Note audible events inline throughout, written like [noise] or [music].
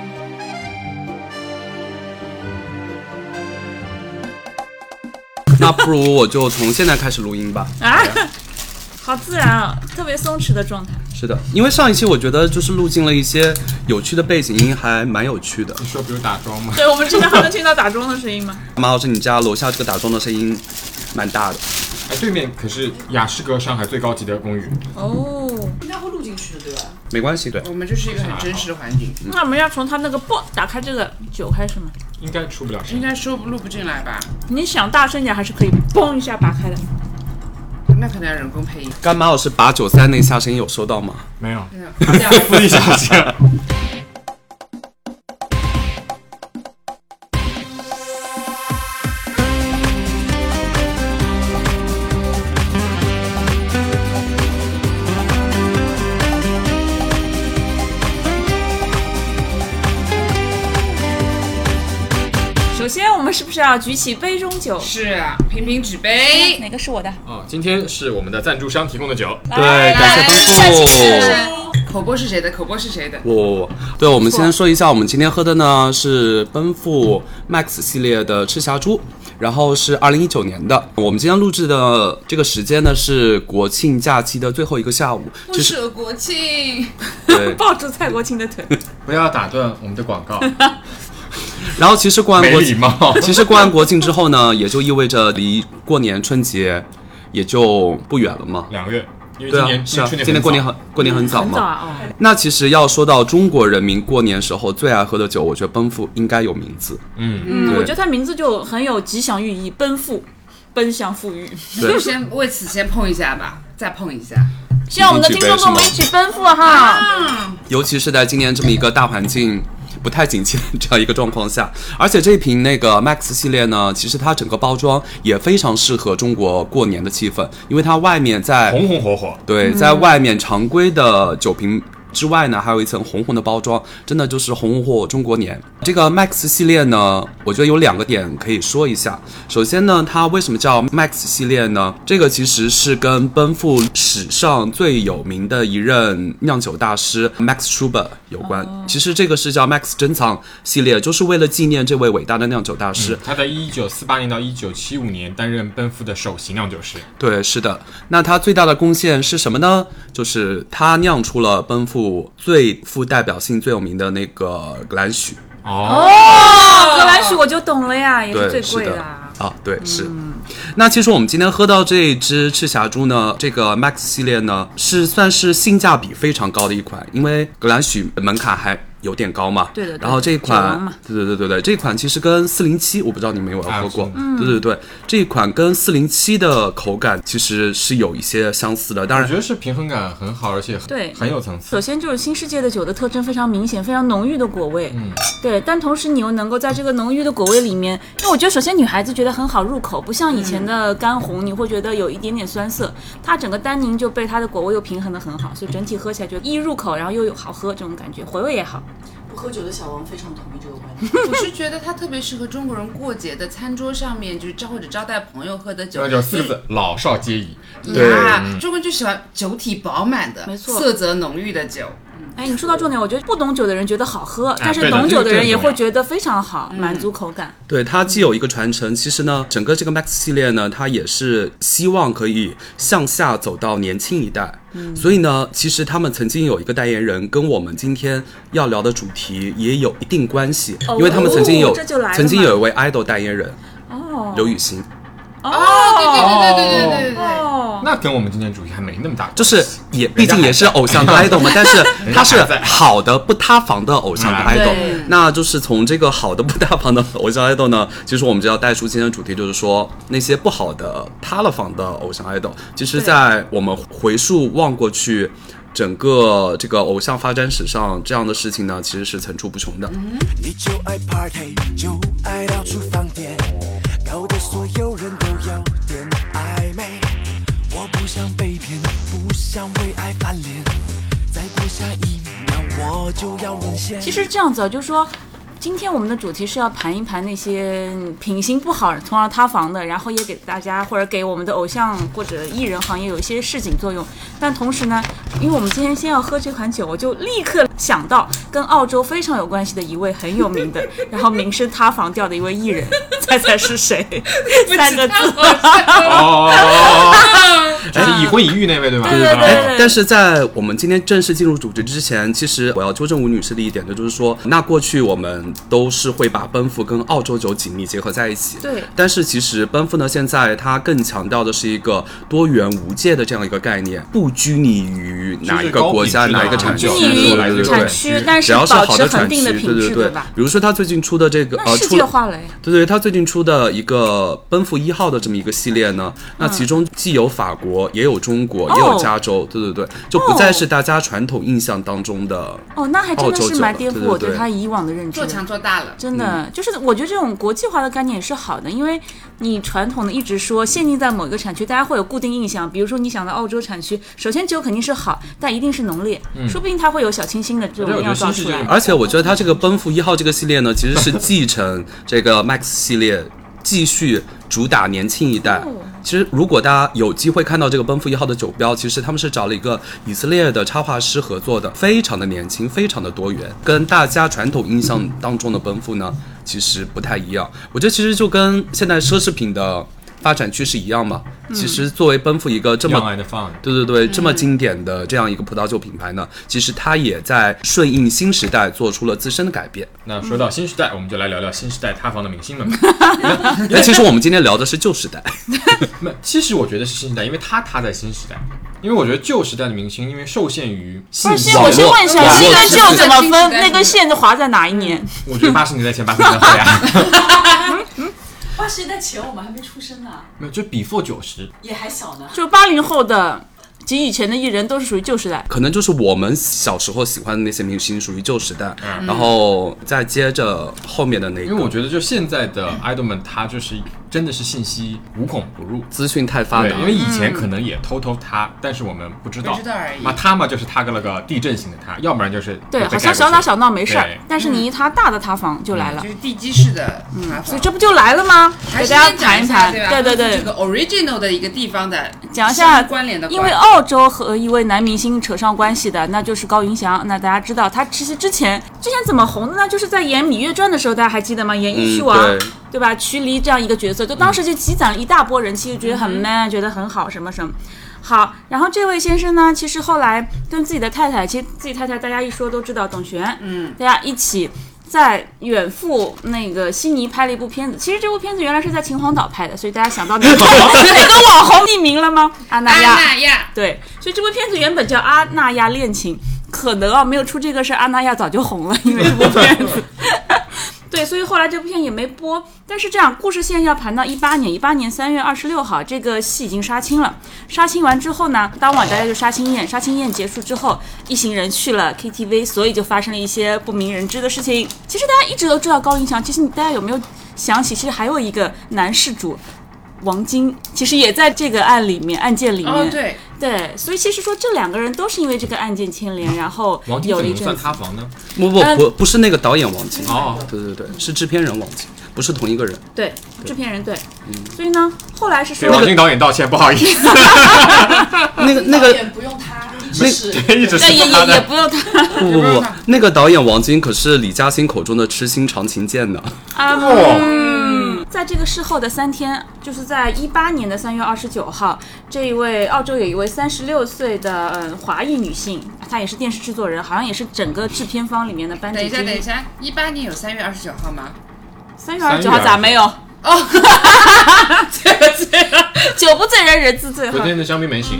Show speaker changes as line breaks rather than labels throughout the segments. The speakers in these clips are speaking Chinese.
[laughs] 那不如我就从现在开始录音吧。
啊， [laughs] 好自然啊，特别松弛的状态。
是的，因为上一期我觉得就是录进了一些有趣的背景音，还蛮有趣的。
你说比如打桩吗？ [laughs]
对我们之前还能听到打钟的声音吗？
马老师，你家楼下这个打桩的声音蛮大的。
哎，对面可是雅诗阁上海最高级的公寓，
[laughs] 哦，
应该会录进去的，对吧？
没关系，对，
我们这是一个很真实的环境，
那我们要从他那个啵打开这个酒开始吗？
应该出不了
应
声。
该收录不进来吧？
你想大声点还是可以嘣一下拔开的。
那可能要人工配音。
刚马老师把九三那下声音有收到吗？
没有，
这样
不一下线。
首先，我们是不是要举起杯中酒？
[laughs] 是啊，平平举杯，
哪个是我的？
哦，今天是我们的赞助商提供的酒，
[laughs] 对，感谢豆豆。
口播是谁的？口播是谁的？
我我我，对，我们先说一下，我们今天喝的呢是奔富 Max 系列的赤霞珠，然后是二零一九年的。我们今天录制的这个时间呢是国庆假期的最后一个下午，其实
舍国庆，
对，
抱住蔡国庆的腿。
不要打断我们
[laughs]
的广告，
然后其实过完
没
国
礼
庆，
貌。
[laughs] 其实过完国庆之后呢，也就意味着离过年春节也就不远了嘛。
两个月，因为
对
今
啊，
年
是啊，
去
今
年
年过年
很
很过 [laughs] 年很早
很早
嘛。
啊，哦，
那其实要说到中国人民过年时候最爱喝的酒，我觉得奔富应该有名字。
嗯，
嗯，
对
我觉得它名字就很有吉祥寓意，奔赴，奔向富裕。
对
[laughs]
就先为此先碰一下吧，再碰一下。 [laughs]
希望我们的听众跟我们一起奔赴哈。
尤其是在今年这么一个大环境不太景气的这样一个状况下，而且这瓶那个 Max 系列呢，其实它整个包装也非常适合中国过年的气氛，因为它外面在
红红火火。
对在外面常规的酒瓶。之外呢，还有一层红红的包装，真的就是红红火火中国年。这个 Max 系列呢，我觉得有两个点可以说一下。首先呢，它为什么叫 Max 系列呢？这个其实是跟奔赴史上最有名的一任酿酒大师 Max Schubert 有关。其实这个是叫 Max 珍藏系列，就是为了纪念这位伟大的酿酒大师。
他在一九四八年到一九七五年担任奔赴的首席酿酒师，
对，是的。那它最大的贡献是什么呢？就是它酿出了奔赴最富代表性、最有名的那个兰许。
哦，
哦，格兰许我就懂了呀，也是
对，
最
是
贵
的
啊。
啊，对，是。那其实我们今天喝到这一支赤霞珠呢，这个 Max 系列呢，是算是性价比非常高的一款，因为格兰许门槛还有点高嘛。
对的对的
然后这一
酒
款
王嘛，
对对对对对，这款其实跟四零七，我不知道你们有没有
啊
喝过
是。
对对对，这一款跟四零七的口感其实是有一些相似的，当
我
然
觉。得是平衡感很好，而且很
对
很有层次
首。先就是新世界的酒的特征非常明显，非常浓郁的果味，嗯，对。但同时你又能够在这个浓郁的果味里面，因为我觉得首先女孩子觉得很好入口，不像以前的干红，你会觉得有一点点酸涩。它整个单宁就被它的果味又平衡的很好，所以整体喝起来就易入口，然后又有好喝这种感觉，回味也好。
不喝酒的小王非常同意这个观点。
我是觉得它特别适合中国人过节的餐桌上面，就是招或者招待朋友喝的酒。
那就四个字：老少皆宜。
对
呀，中国人就喜欢酒体饱满的、
没错
色泽浓郁的酒。
哎，你说到重点，我觉得不懂酒的人觉得好喝，但是
哎对的
懂
这
酒
个
的
这个
人也
重
会
要
觉得非常好，满足口感。
对它既有一个传承，其实呢，整个这个 Max 系列呢，它也是希望可以向下走到年轻一代。嗯，所以呢，其实他们曾经有一个代言人，跟我们今天要聊的主题也有一定关系，
哦
因为他们曾经有、
这就来了嘛
曾经有一位 idol 代言人
哦
刘雨昕，
哦，对对对对对对对。
哦，
那跟我们今天主题还没那么大关系，
就是也毕竟也是偶像的 idol 嘛，但是他是好的不塌房的偶像的
嗯
idol
对。
那就是从这个好的不塌房的偶像 [laughs] idol 呢，其实我们就要带出今天的主题，就是说那些不好的塌了房的偶像 idol。其实，在我们回溯望过去。整个这个偶像发展史上，这样的事情呢，其实是层出不穷的。
你就爱 party，就爱到处放电，搞得所有人都有点暧昧。我不想被骗，不想为爱翻脸，再过下一秒我就要沦陷。
其实这样子啊，就是说，今天我们的主题是要盘一盘那些品行不好、从而塌房的，然后也给大家或者给我们的偶像或者艺人行业有一些市井作用。但同时呢，因为我们今天先要喝这款酒，我就立刻想到跟澳洲非常有关系的一位很有名的，然后名声塌房掉的一位艺人， [laughs] 猜猜是谁？三个字。
[laughs]
哦，哎就是已婚已育那位对吧？
对对对
哎，但是在我们今天正式进入主题之前，其实我要纠正吴女士的一点，就是说，那过去我们都是会把奔赴跟澳洲酒紧密结合在一起。
对
但是其实奔赴呢，现在它更强调的是一个多元无界的这样一个概念，不拘泥于哪一个国家、
就是高
哪一个
品质的
产区，
酒
基
对对
于
对
产区，但
只
是
要是
保
好
持
的
恒
产
定
区，
的
对
品
对
质，
对。
吧？
比如说他最近出的这个
那
呃，
世
出
界化了呀。
对对，他最近出的一个奔赴一号的这么一个系列呢，那其中既有法国，也有中国，也有加州，对对对，就不再是大家传统印象当中的。
哦，那还真的
澳洲
是
酒
蛮颠覆
对对
我对
对
他以往的认知
做。强做大了，
真的，
嗯
就是我觉得这种国际化的概念也是好的，因为你传统的一直说限定在某一个产区，大家会有固定印象。比如说你想到澳洲产区，首先酒肯定是好，但一定是浓烈，说不定它会有小清新的这种
嗯我觉得
酿造
新世
出
界
来。
而且我觉得他这个奔赴一号这个系列呢，其实是继承这个 Max 系列，继续主打年轻一代。其实，如果大家有机会看到这个奔赴一号的酒标，其实他们是找了一个以色列的插画师合作的，非常的年轻，非常的多元，跟大家传统印象当中的奔赴呢，其实不太一样。我觉得其实就跟现在奢侈品的发展趋势一样嘛。其实作为奔赴一个这么
Young and Fun，
对对
嗯
对，这么经典的这样一个葡萄酒品牌呢，其实它也在顺应新时代做出了自身的改
[laughs]
变。
那说到新时代，我们就来聊聊新时代塌房的明星们。
[laughs] 但哎其实我们今天聊的是旧时代，
那其实我觉得是新时代，因为他塌在新时代，因为我觉得旧时代的明星因为受限于信
不
息
是，我先问一下，
网络
新跟
知识
旧怎么
新
分？
时代
那根线划在哪一年？
我觉得八十年代前，八十年代后呀，
八十年代前我们还没出生啊呢，
没有就 before 九十，
也还小呢。
就八零后的及以前的艺人都是属于旧时代。
可能就是我们小时候喜欢的那些明星属于旧时代，然后再接着后面的那
嗯因为我
个
觉得就现在的 idol 们，他就是真的是信息无孔不入。
资讯太发
对
达，，
因为以前可能也偷偷
嗯
塌，但是我们不知道，
不知道而已
那塌嘛就是塌个了个地震型的塌，要不然就是
对，
被
好
盖
像
过去
小打小闹没事儿
对，嗯
但是你一塌大的塌房就来了
就。是地基式的嗯麻
所
烦
以。这不就来了吗？
还
给
是
大家谈
先讲一下，
谈，
对
对对
吧？就是
对
这，个 original 的一个地方的
讲一下
相关联的关，
因为澳洲和一位男明星扯上关系的，那就是高云翔。那大家知道，他其实之前之前怎么红的呢？就是在演《芈月传》的时候，大家还记得吗？演义虚王，
嗯对
对吧？瞿黎这样一个角色，就当时就积攒了一大波人气，就觉得很 man，、觉得很好，什么什么。好，然后这位先生呢，其实后来跟自己的太太，其实自己太太大家一说都知道，董璇，嗯，大家一起在远赴那个悉尼拍了一部片子。其实这部片子原来是在秦皇岛拍的，所以大家想到 [laughs] 哪个哪个网红匿名了吗？阿啊那
安
亚，
啊那亚
对，所以这部片子原本叫《阿那亚恋情》，可能啊没有出这个事儿，阿那亚早就红了，因为这部片子。 [laughs] 对，所以后来这部片也没播。但是这样，故事线要盘到一八年，一八年三月二十六号，这个戏已经杀青了。杀青完之后呢，当晚大家就杀青宴，杀青宴结束之后，一行人去了 KTV，所以就发生了一些不明人知的事情。其实大家一直都知道高云翔，其实你大家有没有想起，其实还有一个男事主王晶，其实也在这个案里面案件里面。
哦，对，
对，所以其实说这两个人都是因为这个案件牵连，然后
王晶
有
怎
了一
么
阵
算
子
塌房呢？
不不不不是那个导演王晶，
哦，
对对对，是制片人王晶，不是同一个人。
对制片人对，
嗯
所以呢，后来是
给
说
王晶导演道歉，不好意
[laughs]
思，啊
那个那
导
个
演不用他，一直是
一
对
直是
也
他
也也
的。
不用他
不不不，那个导演王晶可是李嘉欣口中的痴心长情剑呢。
啊。
哦，
[laughs] 在这个事后的三天，就是在一八年的三月二十九号，这一位澳洲有一位三十六岁的嗯华裔女性，她也是电视制作人，好像也是整个制片方里面的班
等
底
一下，
之
等一
一。
下，一八年有三月二十九号
[laughs]
吗？
三月二十九号咋没有？酒不醉人人自醉
昨
哈。
天的香槟没 [laughs] 醒，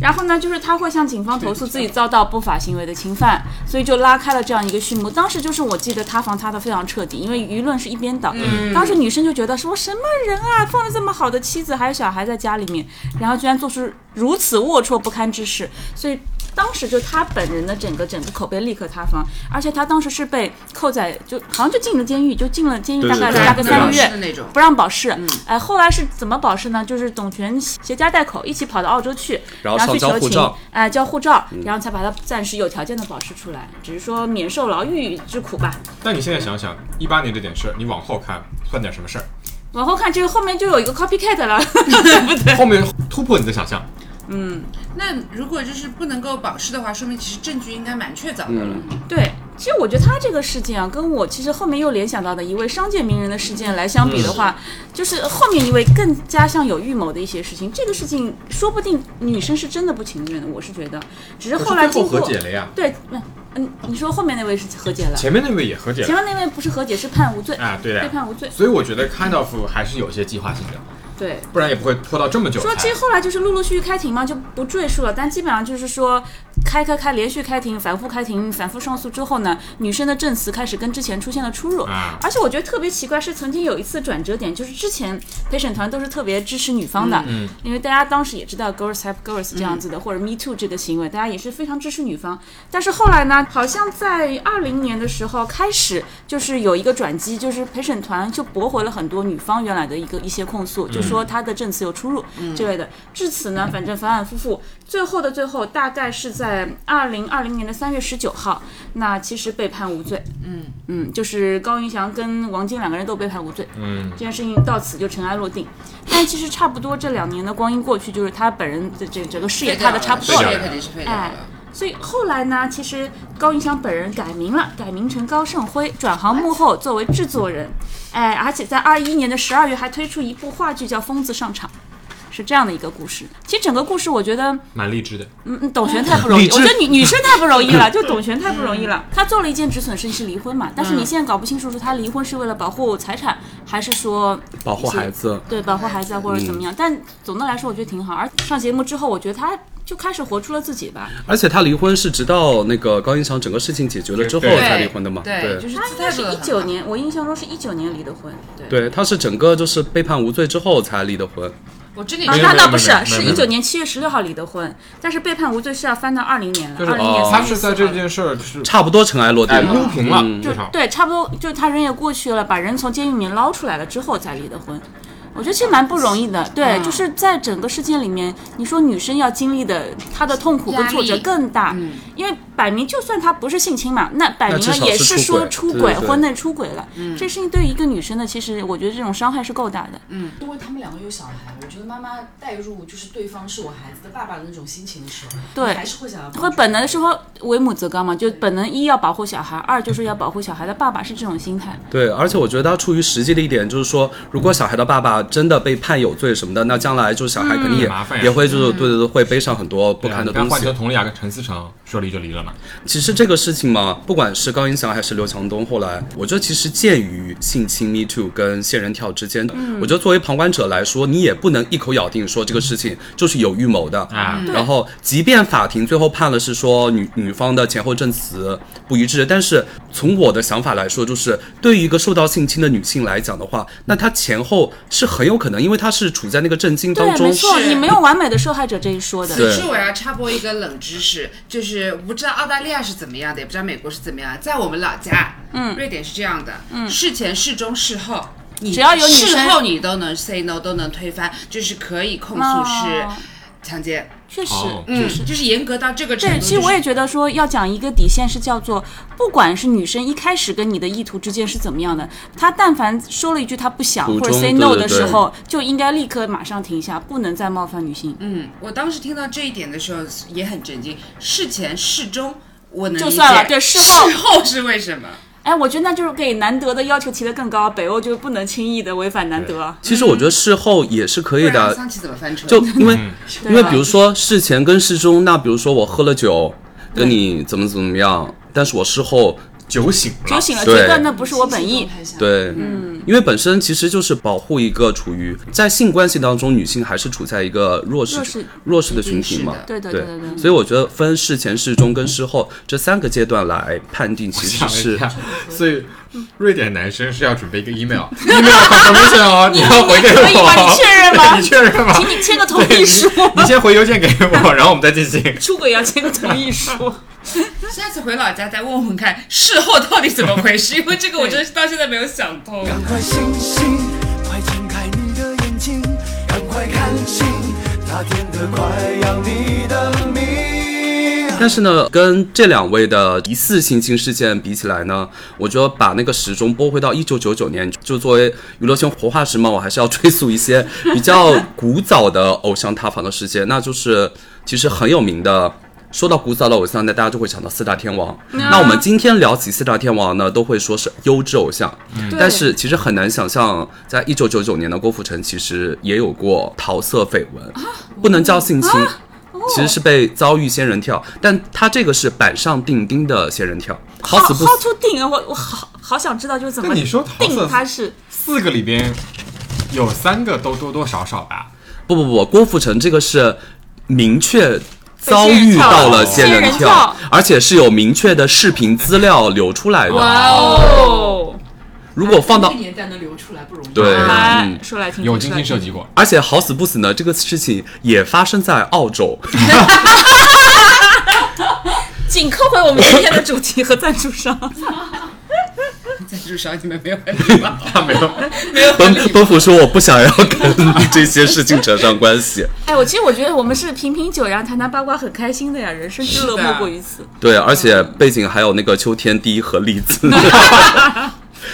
然后呢，就是他会向警方投诉自己遭到不法行为的侵犯，所以就拉开了这样一个序幕。当时就是我记得塌房塌的非常彻底，因为舆论是一边倒。当时女生就觉得说什么人啊，放了这么好的妻子还有小孩在家里面，然后居然做出如此龌龊不堪之事，所以当时就他本人的整个整个口碑立刻塌方，而且他当时是被扣在就好像就进了监狱，就进了监狱
对
大
对
概
对
大
对
概三个
对
月
是那种
不让保释，哎，后来是怎么保释呢？就是董权携家带口一起跑到澳洲去，
然后
然后去
上交
求
护
情
照，嗯
哎，交护照，然后才把他暂时有条件的保释出来，只是说免受牢狱之苦吧。
但你现在想想，一八年这点事儿，你往后看算点什么事儿？
往后看，这个后面就有一个 copycat 了。
后面突破你的想象。
那如果就是不能够保释的话，说明其实证据应该蛮确凿的了。
嗯
对，其实我觉得他这个事件啊，跟我其实后面又联想到的一位商界名人的事件来相比的话，
嗯
就是后面一位更加像有预谋的一些事情。这个事情说不定女生是真的不情愿的，我是觉得，只是后来
可是
经
最后
过
和解了呀，
对，嗯嗯，你说后面那位是和解了，
前面那位也和解
前
了
面那位不是和解，是判无罪
啊，对
被
的。
判无罪。
所以我觉得 kind of 还是有些计划性的，
对，
不然也不会拖到这么久才。
说其实后来就是陆陆续续开庭嘛，就不赘述了。但基本上就是说，开开开，连续开庭，反复开庭，反复上诉之后呢，女生的证词开始跟之前出现了出入。
啊
而且我觉得特别奇怪是，曾经有一次转折点，就是之前陪审团都是特别支持女方的，因为大家当时也知道 girls help girls 这样子的，或者 me too 这个行为，大家也是非常支持女方。但是后来呢，好像在二零年的时候开始，就是有一个转机，就是陪审团就驳回了很多女方原来的一个一些控诉，就说她的证词有出入之类的。至此呢，反正反反复复，最后的最后，大概是在二零二零年的三月十九号，那其实被判无罪。嗯，就是高云翔跟王晶两个人都被判无罪，
嗯，
这件事情到此就尘埃落定。但其实差不多这两年的光阴过去，就是他本人的这整个事业
废
踏
掉
的
了
差不多
事
了
业，肯定是废掉
哎
了。，
所以后来呢，其实高云翔本人改名了，改名成高胜辉，转行幕后作为制作人，哎，而且在二一年的十二月还推出一部话剧叫《疯子上场》。是这样的一个故事，其实整个故事我觉得，
蛮励志的。
嗯嗯，董璇太不容易，我觉得女女生太不容易了，就董璇太不容易了。她做了一件止损事情是离婚嘛，但是你现在搞不清楚是她离婚是为了保护财产，还是说
保护孩子。
对保护孩子啊或者
嗯
怎么样。但总的来说，我觉得挺好。而上节目之后，我觉得她就开始活出了自己吧。
而且他离婚是直到那个高云翔整个事情解决了之后
对
才离婚的嘛？
对，就是
她
姿
应
态
该
做
是
得
一
很
九
好，
年，我印象中是一九年离的婚。
对，他是整个就是被判无罪之后才离的婚。
我这里
啊，
没有
那
没有
倒不
没
是
有，没有
是
没有
一九年七月十六号离的婚，但是被判无罪是要翻到二零年了。
就是
二零年
哦
他
三月
是
四
在
号
这件事儿是
差不多尘埃落定
哎
了。
撸平了，
嗯
至
就
少
对，差不多，就他人也过去了，把人从监狱里面捞出来了之后才离的婚。我觉得其实蛮不容易的，
嗯
对，就是在整个事件里面，你说女生要经历的她的痛苦跟
压
挫折
力
更大，因为摆明就算她不是性侵嘛，那摆
嗯那
明
至
了
少
也
是
是
出
说
轨
出
对
轨、
对嗯
婚内出轨了。这事情对于一个女生的，其实我觉得这种伤害是够大的。
嗯
因为他们两个有小孩，我觉得妈妈带入就是对方是我孩子的爸爸的那种心情的时候，
对
还是会想要帮
会
助
本能说为母则刚嘛，就本能一要保护小孩，二就是要保护小孩的爸爸，是这种心态。
对，而且我觉得他出于实际的一点就是说，如果小孩的爸爸真的被判有罪什么的，那将来就是小
嗯
孩肯定也、
麻烦呀
也会就是对对对，会背上很多不
对啊
堪的
你看
东
换
西
成。佟丽娅跟陈思诚说离就离了嘛，
其实这个事情嘛，不管是高云翔还是刘强东，后来我觉得其实鉴于性侵 Me Too 跟仙人跳之间，
嗯
我觉得作为旁观者来说，你也不能一口咬定说这个事情就是有预谋的
啊嗯
然后，即便法庭最后判了是说女女方的前后证词不一致，但是从我的想法来说，就是对于一个受到性侵的女性来讲的话，那她前后是很有可能，因为她是处在那个震惊
对
当，中
没，错，
是
你没有完美的受害者这一说的。
对
此时我要插播一个冷知识，就是我不知道澳大利亚是怎么样的，也不知道美国是怎么样的。在我们老家，嗯，瑞典是这样的，嗯，事前、事中、事后，你
只要有女生
事后你都能 say no，都能推翻，就是可以控诉是
哦
强奸，
确实，
哦
嗯，就是严格到这个程
对，
度。
其实我也觉得说要讲一个底线是叫做，不管是女生一开始跟你的意图之间是怎么样的，她但凡说了一句她不想
途
或者
中
say
对
no
对
的
对
时候，就应该立刻马上停下，不能再冒犯女性。
嗯，我当时听到这一点的时候也很震惊，事前、事中。我能
就
理解
算了对事后
事后是为什么？
哎，我觉得那就是给难得的要求提得更高，北欧就不能轻易的违反难得啊。
其实我觉得事后也是可以
不然
的，
桑奇怎么翻车？
就因为、
嗯
对
因为
吧
比如说事前跟事中，那比如说我喝了酒，跟你怎么怎么样，但是我事后
酒醒了，
酒醒了，觉
啊对
得那不是我本
心
意
情，状态下，
对，嗯，因为本身其实就是保护一个处于在性关系当中，女性还是处在一个弱势
弱势
弱势的群体嘛，
定
一
是的对的对的对的
所以我觉得分事前、事中跟事后这三个阶段来判定，其实
想了一
是
[laughs] 下，所以瑞典男生是要准 [laughs] 备一个 email，email confirmation 哦， [laughs] 你要回给
哎可以吗？
[laughs]
你确
我，
认吗
[laughs] 你？确认吗？
[laughs] 请你签个同意书，
[laughs] 你先回邮件给我， [laughs] 然后我们再进行。
[laughs] 出轨要签个同意书。
下次回老家再问问看事后到底怎么回事，因为这个我真是到现在没有想通。
赶快醒醒，快睁开你的眼睛，赶快看清那天的快要你的命。
但是呢，跟这两位的疑似性侵事件比起来呢，我觉得把那个时钟拨回到一九九九年，就作为娱乐圈活化石嘛，我还是要追溯一些比较古早的偶像塌房的事件，那就是其实很有名的。说到古早的偶像呢，大家就会想到四大天王。那我们今天聊起四大天王呢，都会说是优质偶像，但是其实很难想象，在一九九九年的郭富城其实也有过桃色绯闻，不能叫性侵。其实是被遭遇仙人跳，但他这个是板上钉钉的仙人跳，好死不
How
死，
to 定啊！我我好好想知道，就是怎么
那你说桃色
定它是
四个里边有三个都多多少少吧，
不不不，郭富城这个是明确遭
仙人
遇
跳
到了
仙
仙人
人
跳
跳，
而且是有明确的视频资料流出来的。
哦，
如果放到
那个年代能流出来不容易。
对，
来
嗯，
说来听听，
有精心
说
设
来听
计过。
而且好死不死呢，这个事情也发生在澳 [laughs] 洲。
请扣回我们今天的主题和赞助商。
赞助商你们没有很礼貌，
他没有，
[laughs] 没有很
奔
礼貌。
奔普说我不想要跟这些事情扯上关系。
[laughs] 哎，我其实我觉得我们是品品酒，然后谈谈八卦，很开心的呀，人生之乐
是的
莫过于 [laughs] 此。
对，而且背景还有那个秋天第一和栗子，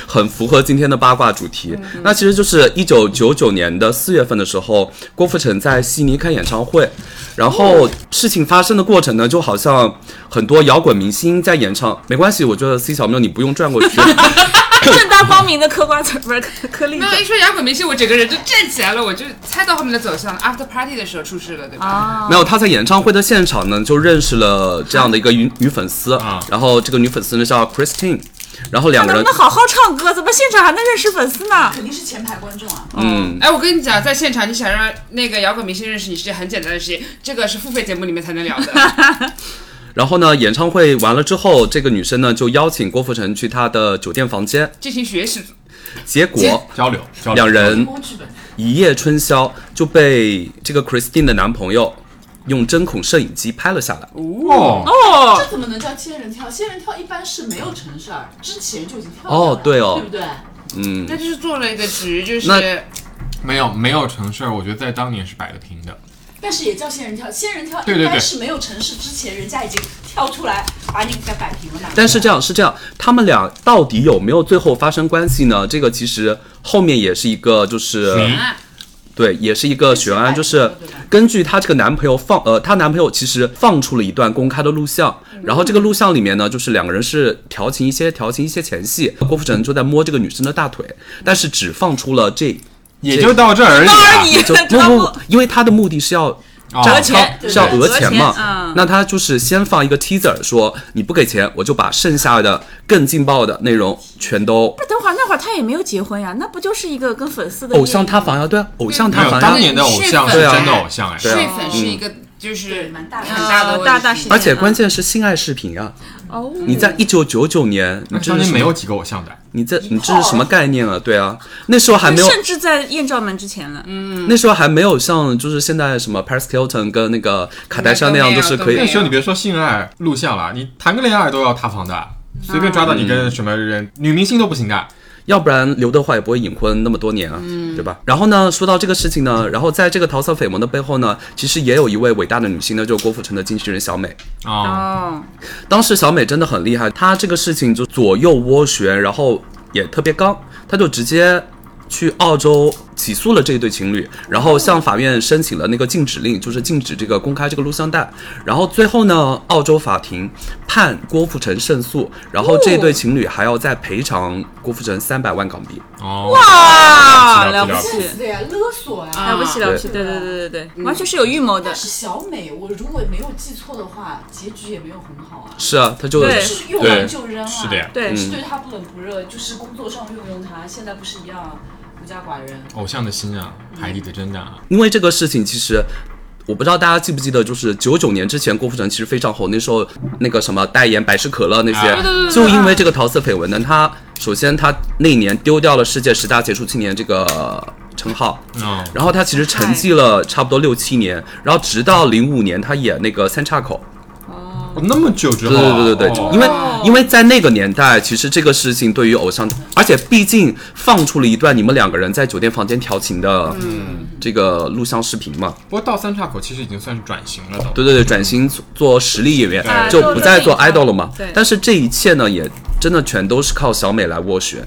很符合今天的八卦主题。那其实就是一九九九年的四月份的时候，郭富城在悉尼开演唱会，然后事情发生的过程呢，就好像很多摇滚明星在演唱，没关系，我觉得 C 小喵你不用转过去。
啊正大光明的嗑瓜子儿不是嗑嗑栗
没
子
[laughs] 有一说摇滚明星，我整个人就站起来了，我就猜到后面的走向了。After party 的时候出事了，对吧？
啊，
没有，他在演唱会的现场呢，就认识了这样的一个女女粉丝
啊，
然后这个女粉丝呢叫 Christine，然后两
他
个
能不
人
能好好唱歌？怎么现场还能认识粉丝呢？
肯定是前排观众啊，
嗯。
哎，我跟你讲，在现场你想让那个摇滚明星认识你是件很简单的事情，这个是付费节目里面才能聊的。
然后呢，演唱会完了之后，这个女生呢就邀请郭富城去她的酒店房间，
进行学习，
结果
交流，交流
两人
摸剧本。
哦
一夜春宵就被这个 Christine 的男朋友用针孔摄影机拍了下来。
哦，
这怎么能叫仙人跳？仙人跳一般是没有成事儿，之前就已经跳
哦
掉了
对哦
对不对？
嗯，
那就是做了一个局，就是
那
没有没有成事儿，我觉得在当年是摆得平的。
但是也叫仙人跳，仙人跳
对
一
对对
般是没有成事之前，人家已经跳出来把你给摆平了嘛。
但是这样是这样，他们俩到底有没有最后发生关系呢？这个其实后面也是一个就是
悬
案
对，也是一个悬案，就是根据她这个男朋友放呃，她男朋友其实放出了一段公开的录像，然后这个录像里面呢，就是两个人是调情一些调情一些前戏，郭富城就在摸这个女生的大腿，但是只放出了这
也就到这儿而已、啊。
你
也就
知
不
道
不不，因为他的目的是要
哦
占
讹钱
是要讹钱嘛
讹钱嗯？
那他就是先放一个 teaser，说你不给钱，我就把剩下的更劲爆的内容全都
等会儿那会儿他也没有结婚呀，那不就是一个跟粉丝的
偶像
业余
塌房呀，对啊，偶像
没
塌
有
房
当
呀。
年的偶像是
对啊
真的偶像哎，
对啊
睡粉是一个就是
对蛮大的
很大的
呃
问
大大
题
事
而且关键是性爱视频啊！
哦，
你在一九九九年，你
嗯那
真
当
的
年
是
没啊有几个偶像的。
你这你这是什么概念啊？对啊，那时候还没有，
甚至在艳照门之前了，嗯，
那时候还没有像就是现在什么 Paris Hilton 跟那个卡戴珊那样，就是可
对
以
啊
那时候你别说性爱录像了，你谈个恋爱都要塌房的，随便抓到你跟什么人、女明星都不行的。
要不然刘德华也不会隐婚那么多年啊，对吧？然后呢，说到这个事情呢，然后在这个桃色绯闻的背后呢，其实也有一位伟大的女性呢，就是郭富城的经纪人小美。
啊、
哦，
当时小美真的很厉害，她这个事情就左右涡旋，然后也特别刚，她就直接去澳洲起诉了这对情侣，然后向法院申请了那个禁止令，就是禁止这个公开这个录像带。然后最后呢，澳洲法庭判郭富城胜诉，然后这对情侣还要再赔偿郭富城三百万港币。
哦，哇，
啊，
了
了
不
不
起
这样
起
子。的呀，勒索呀。
了不起，
啊
了不起！对对对对对，完全是有预谋的
但。是小美，我如果没有记错的话，结局也没有很好啊，
是啊，他就
对
就是用完就扔啊。
是的呀，嗯
对，
是对他不冷不热，就是工作上用用他，现在不是一样孤家寡人。
偶像的心啊，海底的针啊，
因为这个事情，其实我不知道大家记不记得，就是九九年之前，郭富城其实非常红，那时候那个什么代言百事可乐那些，
啊对
就因为这个桃色绯闻呢，他首先他那一年丢掉了世界十大杰出青年这个呃称号，
哦，
然后他其实沉寂了差不多六七年，然后直到零五年他演那个三岔口，
那么久之后
对
啊，
对对对对，
哦
因为因为在那个年代，其实这个事情对于偶像，而且毕竟放出了一段你们两个人在酒店房间调情的这个录像视频嘛，
不过到三岔口其实已经算是转型了，
对
都
对对，转型做实力演员
啊，
就
做
不再
这
做
一行
idol 了嘛
对。
但是这一切呢，也真的全都是靠小美来斡旋，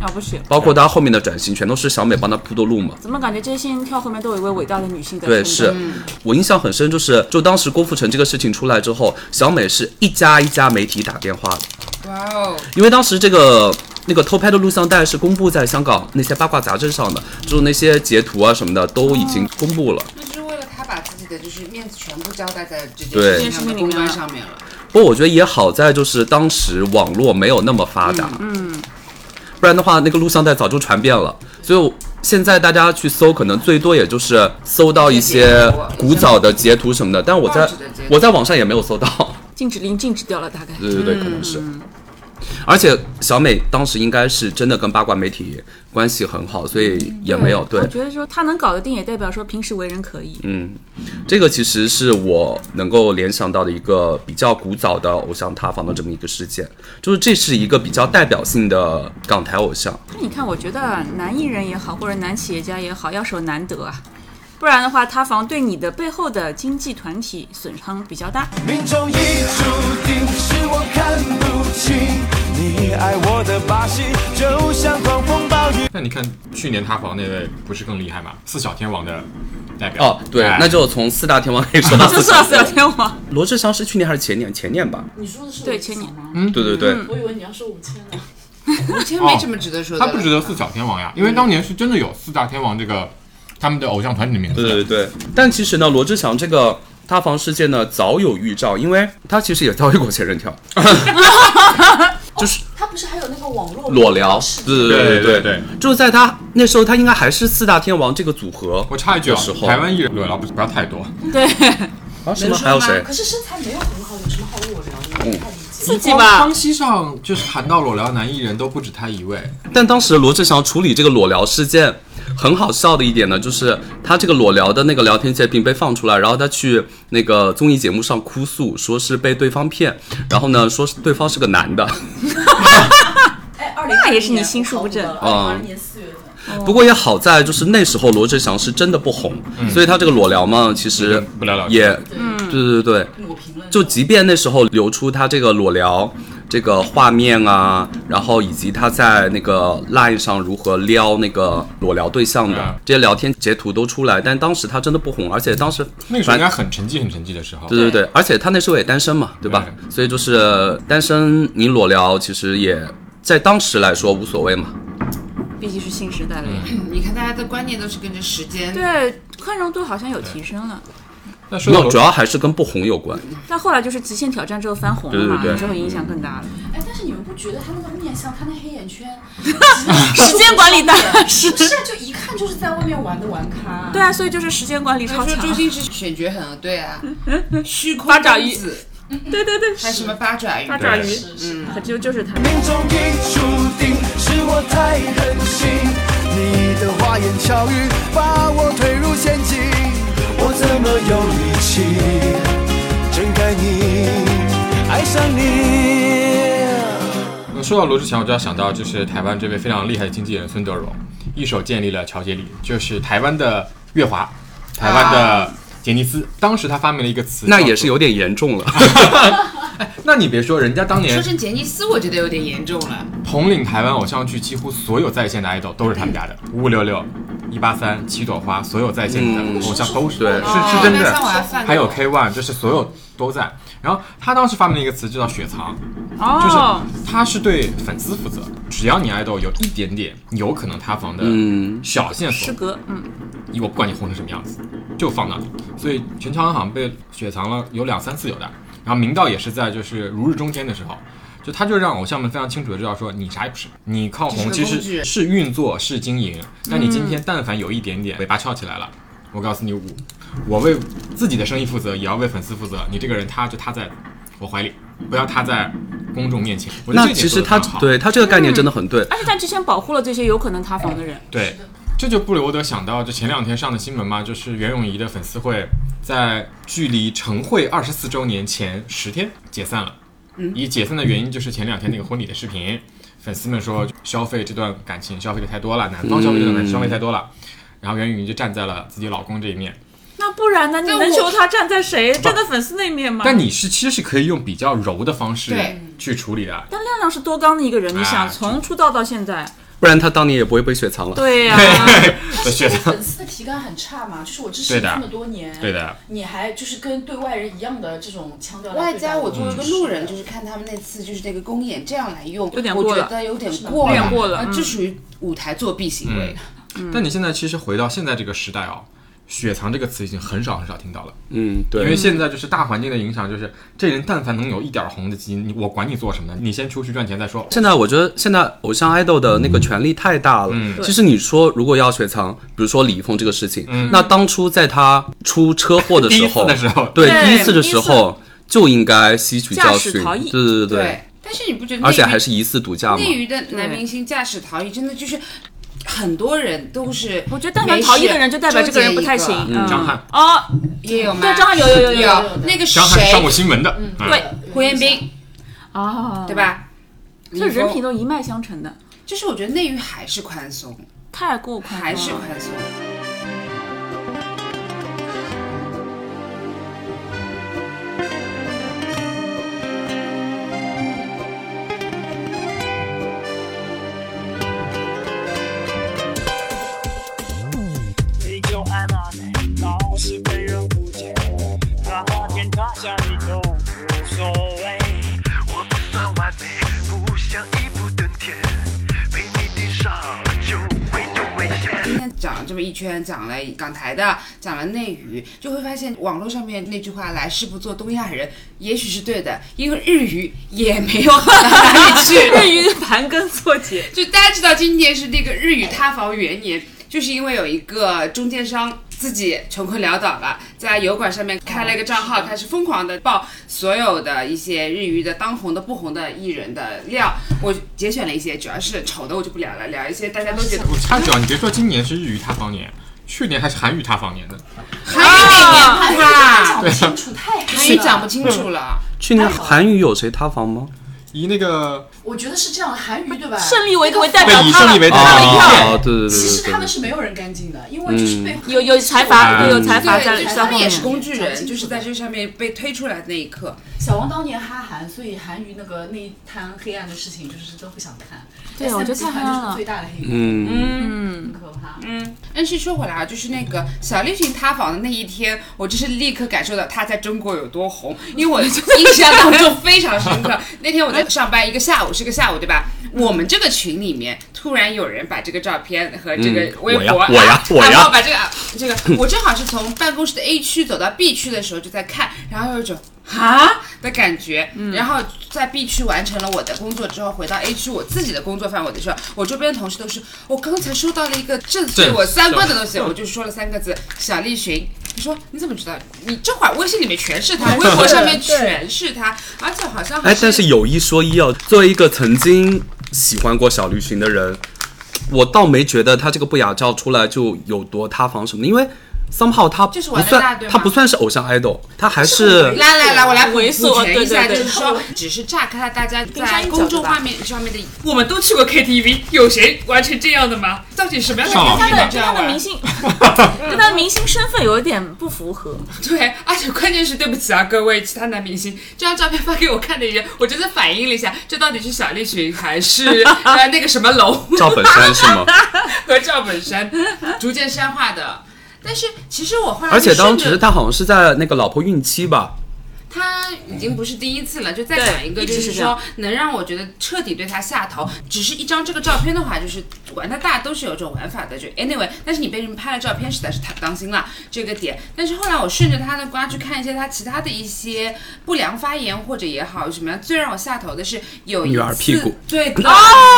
啊不是，
包括她后面的转型，全都是小美帮她铺的路嘛。
怎么感觉这些心跳后面都有一位伟大的女性在
对，
撑
是
着
我印象很深，就是就当时郭富城这个事情出来之后，小美是一家一家媒体打电话的，
哇哦，
因为当时这个那个偷拍的录像带是公布在香港那些八卦杂志上的，就是那些截图啊什么的都已经公布了。
那就是为了他把自己的就是面子全部交代在这件
对
事情上的公关上面了。
不过我觉得也好在就是当时网络没有那么发达，嗯，不然的话那个录像带早就传遍了。所以我现在大家去搜，可能最多也就是搜到一些古早的截图什么的，但我在
啊报纸的截图
我在网上也没有搜到。
禁止令禁止掉了大概。
对对对，可能
嗯
是。而且小美当时应该是真的跟八卦媒体关系很好，所以也没有对
我。觉得说他能搞得定，也代表说平时为人可以。
嗯，这个其实是我能够联想到的一个比较古早的偶像塌房的这么一个事件，就是这是一个比较代表性的港台偶像。
那你看，我觉得男艺人也好，或者男企业家也好，要守难得啊，不然的话，塌房对你的背后的经济团体损伤比较大。
命中已注定，是我看不清。你爱我的把戏，就像狂风暴雨。
那你看去年塌房那位不是更厉害吗？四小天王的代表
哦，对，
哎
那就从四大天王可以说到
这
四
[laughs] 是
小
啊，小天王，
罗志祥是去年还是前年？前年吧。
你说的是
对
五千
千年
吗？
嗯对对对，
我以为你要说五千呢。
吴谦没什么值得说
嗯
的
哦他
了，
不值得四小天王呀，因为当年是真的有四大天王这个他们的偶像团体的名字。
对对对，但其实呢，罗志祥这个塌房事件呢，早有预兆，因为他其实也遭遇过仙人跳，就是
他不是还有那个网络
裸聊嗯对
对
是，
对
对
对
对
就是在他那时候，他应该还是四大天王这个组合。
我插一句啊
的时，候
台湾艺人裸聊不不要太多，
对，
啊，什么还有谁？
可是身材没有很好，有什么好裸聊的？不太理解。
刺激吧
康。熙上就是谈到裸聊男艺人都不止他一位，
但当时罗志祥处理这个裸聊事件，很好笑的一点呢，就是他这个裸聊的那个聊天截屏被放出来，然后他去那个综艺节目上哭诉，说是被对方骗，然后呢，说是对方是个男的。
哦
哎，二零
那也是你心术不正
二零二年四月份，
不过也好在就是那时候罗志祥是真的不红，所以他这个裸聊嘛，其实
嗯不了了之
也，对对对，
我评论
就即便那时候流出他这个裸聊这个画面啊，然后以及他在那个 Line 上如何撩那个裸聊对象的、
嗯
这些聊天截图都出来，但当时他真的不红，而且当时
那个时候应该很沉寂很沉寂的嗯时候。
对对对，而且他那时候也单身嘛，对吧？
对
所以就是单身，你裸聊其实也在当时来说无所谓嘛。
毕竟是新时代了。
你看大家的观念都是跟着时间。
对，宽容度好像有提升了，
那说
没有，
到裸
主要还是跟不红有关。
但后来就是《极限挑战》之后翻红了嘛，
对对对
之后影响更大了。
哎，但是你们不觉得他那个面相，他那黑
[laughs]
眼圈，
时间管理大师
不是啊，就一看就是在外面玩的玩咖。
对，啊，所以就是时间管理
他
超
说
强
周。星驰选角很
[laughs]
对啊，虚空
八爪鱼
公子，
[laughs] 对对对，
还有什么八爪鱼？
八爪鱼
对，
是是。
可就就是他。
命中已注定，是我太任性。你的花言巧语把我推入陷阱，我怎么有力气睁开你，爱上你？
那说到罗志祥，我就要想到就是台湾这位非常厉害的经纪人孙德荣，一手建立了乔杰里，就是台湾的月华，台湾的杰尼斯。当时他发明了一个词，
那
叫
也是有点严重了。
[laughs] 那你别说，人家当
说
年
成杰尼斯，我觉得有点严重了。
统领台湾偶像剧几乎所有在线的 idol 都是他们家的，五五六六、一八三、七朵花，所有在线
嗯
的偶像都是、
对
哦是是真
那
的
像我还犯。过
还有 K One，就是所有都在。然后他当时发明了一个词，就叫雪藏，就是
哦，
他是对粉丝负责，只要你 idol 有一点点有可能塌房的
嗯
小线索
失，格，嗯，
以我不管你红成什么样子，就放那里。所以全乔安好像被雪藏了有两三次有的。然后明道也是在就是如日中天的时候，就他就让偶像们非常清楚的知道说你啥也不是，你靠红其
只是个
实
工具
是运作是经营，但你今天但凡有一点点尾巴翘起来了，我告诉你我我为自己的生意负责，也要为粉丝负责。你这个人他就他在我怀里，不要他在公众面前。我觉得
那
这点
其实
做得
他
很好嗯
对他这个概念真的很对，
而且他之前保护了这些有可能塌房的人，
对，这就不由得想到，就前两天上的新闻嘛，就是袁咏仪的粉丝会在距离晨会二十四周年前十天解散了。以解散的原因就是前两天那个婚礼的视频，粉丝们说消费这段感情消费的太多了，男方消费这段感情消费太多了。然后袁咏仪就站在了自己老公这一面，
那不然呢？你
那
能
我
求他站在谁站在粉丝那面吗？
但你是其实是可以用比较柔的方式
对
去处理的。
但亮亮是多刚的一个人，你想
啊
从出道到现
[laughs]
在，
不然他当年也不会被雪藏了。
对呀、
对
是
雪
对
藏
粉丝的体感很差嘛，就是我支持
对
你
的
这么多年，
对的，
你还就是跟对外人一样的这种腔调来
外
对
加
待
我作为一个路人，
是
就是看他们那次就是那个公演这样来用，
有点
我
过了
觉得有点过了，
有点过了
啊
嗯
这属于舞台作弊行为。
嗯但你现在其实回到现在这个时代哦，雪藏这个词已经很少很少听到了。
嗯，
因为
对，
现在就是大环境的影响，就是这人但凡能有一点红的基因，你我管你做什么呢？你先出去赚钱再说。
现在我觉得现在偶像爱豆的那个权力太大了。
嗯
其实你说如果要雪藏，比如说李易峰这个事情，那当初在他出车祸的
嗯第
时
一次
候，
的时候，
对
对
第一次的时候就应该吸取教训，
驾驶逃
对
逸
对对对，
但是你不觉得
而且
内娱
还是疑似毒驾嘛
内。娱的男明星驾驶逃逸，真的就是很多人都是，
我觉得但凡逃逸的人，就代表这个人不太行。
没事
嗯
张翰
哦，
也有吗？
对张翰有有有有有
有
那个谁
张，翰上过新闻的，嗯
对
的
胡彦，斌
啊，
对？吧？
嗯这人品
都
都一脉相承的，
就是我觉得内娱还是宽松，
太过宽松了
还是宽松。
嗯
你就爱骂你，然后是被人误解，然后天塌下你都无所谓。
我不算完美，不想一步登天，被你盯上了就会有危险。
今天讲了这么一圈，讲了港台的，讲了内娱，就会发现网络上面那句话“来世不做东亚人”也许是对的，因为日语也没有好到哪里
[laughs]
去。
日语盘根错节，
就大家知道，今年是那个日语塌房元年，就是因为有一个中间商自己穷困潦倒了，在油管上面开了一个账
哦
号，开始疯狂的爆所有的一些日语的当红的不红的艺人的料。我节选了一些，主要是丑的我就不聊了，聊一些大家都觉得
我插一句啊，你别说今年是日语塌房年，去年还是韩语塌房年呢。
韩语哪年
哦
哎
不
呀
塌？
讲不清楚，太
韩语
黑
讲
了。
不清楚了。
去年韩语有谁塌房吗？
以那个
我觉得是这样的，韩娱对吧？
胜利为为代
哎被
表
以
他
胜利
了，
为代
他了一
表
票。
哦，对对对嗯
其实
对
他们
对，
是没有人干净的，因为就是被
有有财阀，
嗯
有财阀在
对，
在
他
后
们
面
也是工具人，就是在这上面被推出来的那一刻，
小王当年哈韩，所以韩娱那个那一滩黑暗的事情就是都不想看。
对我觉得太黑暗了
就是最大的黑幕，
嗯，
很可怕。
但是说回来啊，就是那个小栗旬塌房的那一天，我就是立刻感受到他在中国有多红，因为我印象当中非常深刻。那天我在上班一个下午，是个下午对吧？我们这个群里面突然有人把这个照片和这个
嗯
微
我呀
博，
我呀
啊
我呀
然后把这个啊这个，我正好是从办公室的 A 区走到 B 区的时候就在看，然后有一种。啊的感觉，
嗯
然后在 B 区完成了我的工作之后，回到 A 区我自己的工作范围的时候，我周边的同事都是，我刚才收到了一个震碎
震
我三观的
碎
东西，我就说了三个字：小栗旬。你说你怎么知道？你这会儿微信里面全是
[laughs]
他，微博上面全是他，而且好像还
哎，但是有一说一哦，作为一个曾经喜欢过小绿裙的人，我倒没觉得他这个不雅照出来就有多塌房什么的，因为 somehow 他
就是
不
玩得大
算
对吗
他不算是偶像 idol，他还是
来来来，我来
回溯
补全一下，就
对对对
是说，只是乍看到大家在公众画面上面的，
我们都去过 KTV，
有谁完成这样的吗？到底什么样的
上网
他
人
的
能这
跟他
样
的
玩
明？星， [laughs] 跟他的明星身份有一点不符合。
对，而且关键是对不起啊，各位其他男明星，这张照片发给我看的人，我真的反应了一下，这到底是小栗旬
[laughs]
还是呃那个什么龙？
赵本山是
[laughs]
吗？
和赵本山逐渐山化的。但是其实我后来
而且
就顺
当
着
时他好像是在那个老婆孕期吧，
他已经不是第一次了，就再
对
讲一个，
一
就
直是
是
这样
说能让我觉得彻底对他下头。只是一张这个照片的话，就是玩他大家都是有这种玩法的，就 anyway。但是你被人拍了照片，实在是太不当心了这个点。但是后来我顺着他的瓜去看一些他其他的一些不良发言或者也好什么样，最让我下头的是有一
女儿
次
屁股
对啊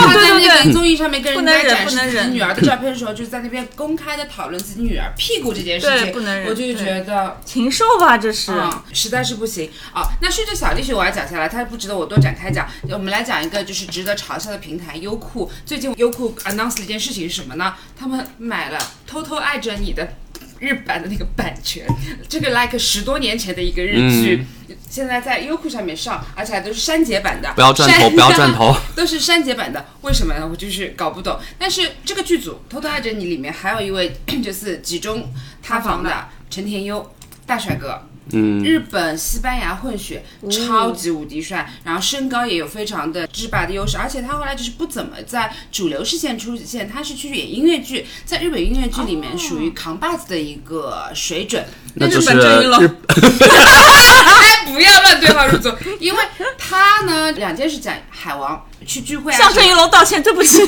他在
啊对对
那个综艺上面跟人
不能
家
忍
展
不
示
能
自己
忍
女儿的照片的时候，就是在那边公开的讨论自己女儿屁股这件事
对
情，
不能忍
我就
对
觉得。
禽兽吧，这是。
嗯，实在是不行啊、那那顺着小栗旬我要讲下来，他不值得我多展开讲。我们来讲一个就是值得嘲笑的平台优酷。最近优酷 announce 了一件事情是什么呢？他们买了《偷偷爱着你》的日版的那个版权，这个 like 十多年前的一个日剧。现在在优酷上面上，而且还都是删节版的。
嗯不要
[laughs]
转头
删
不要转头
都是删节版的。为什么呢？我就是搞不懂。但是这个剧组《偷偷爱着你》里面还有一位 [clears throat] 就是集中塌房的陈田优，大帅哥。嗯，日本、西班牙混血，超级无敌帅，然后身高也有非常的制霸的优势，而且他后来就是不怎么在主流视线出现，他是去演音乐剧，在日本音乐剧里面属于扛把子的一个水准，
那就是
本正一龙
日。
哎，不要乱对号入座，因为他呢，两件事讲海王去聚会啊，
向郑一龙道歉，对不起。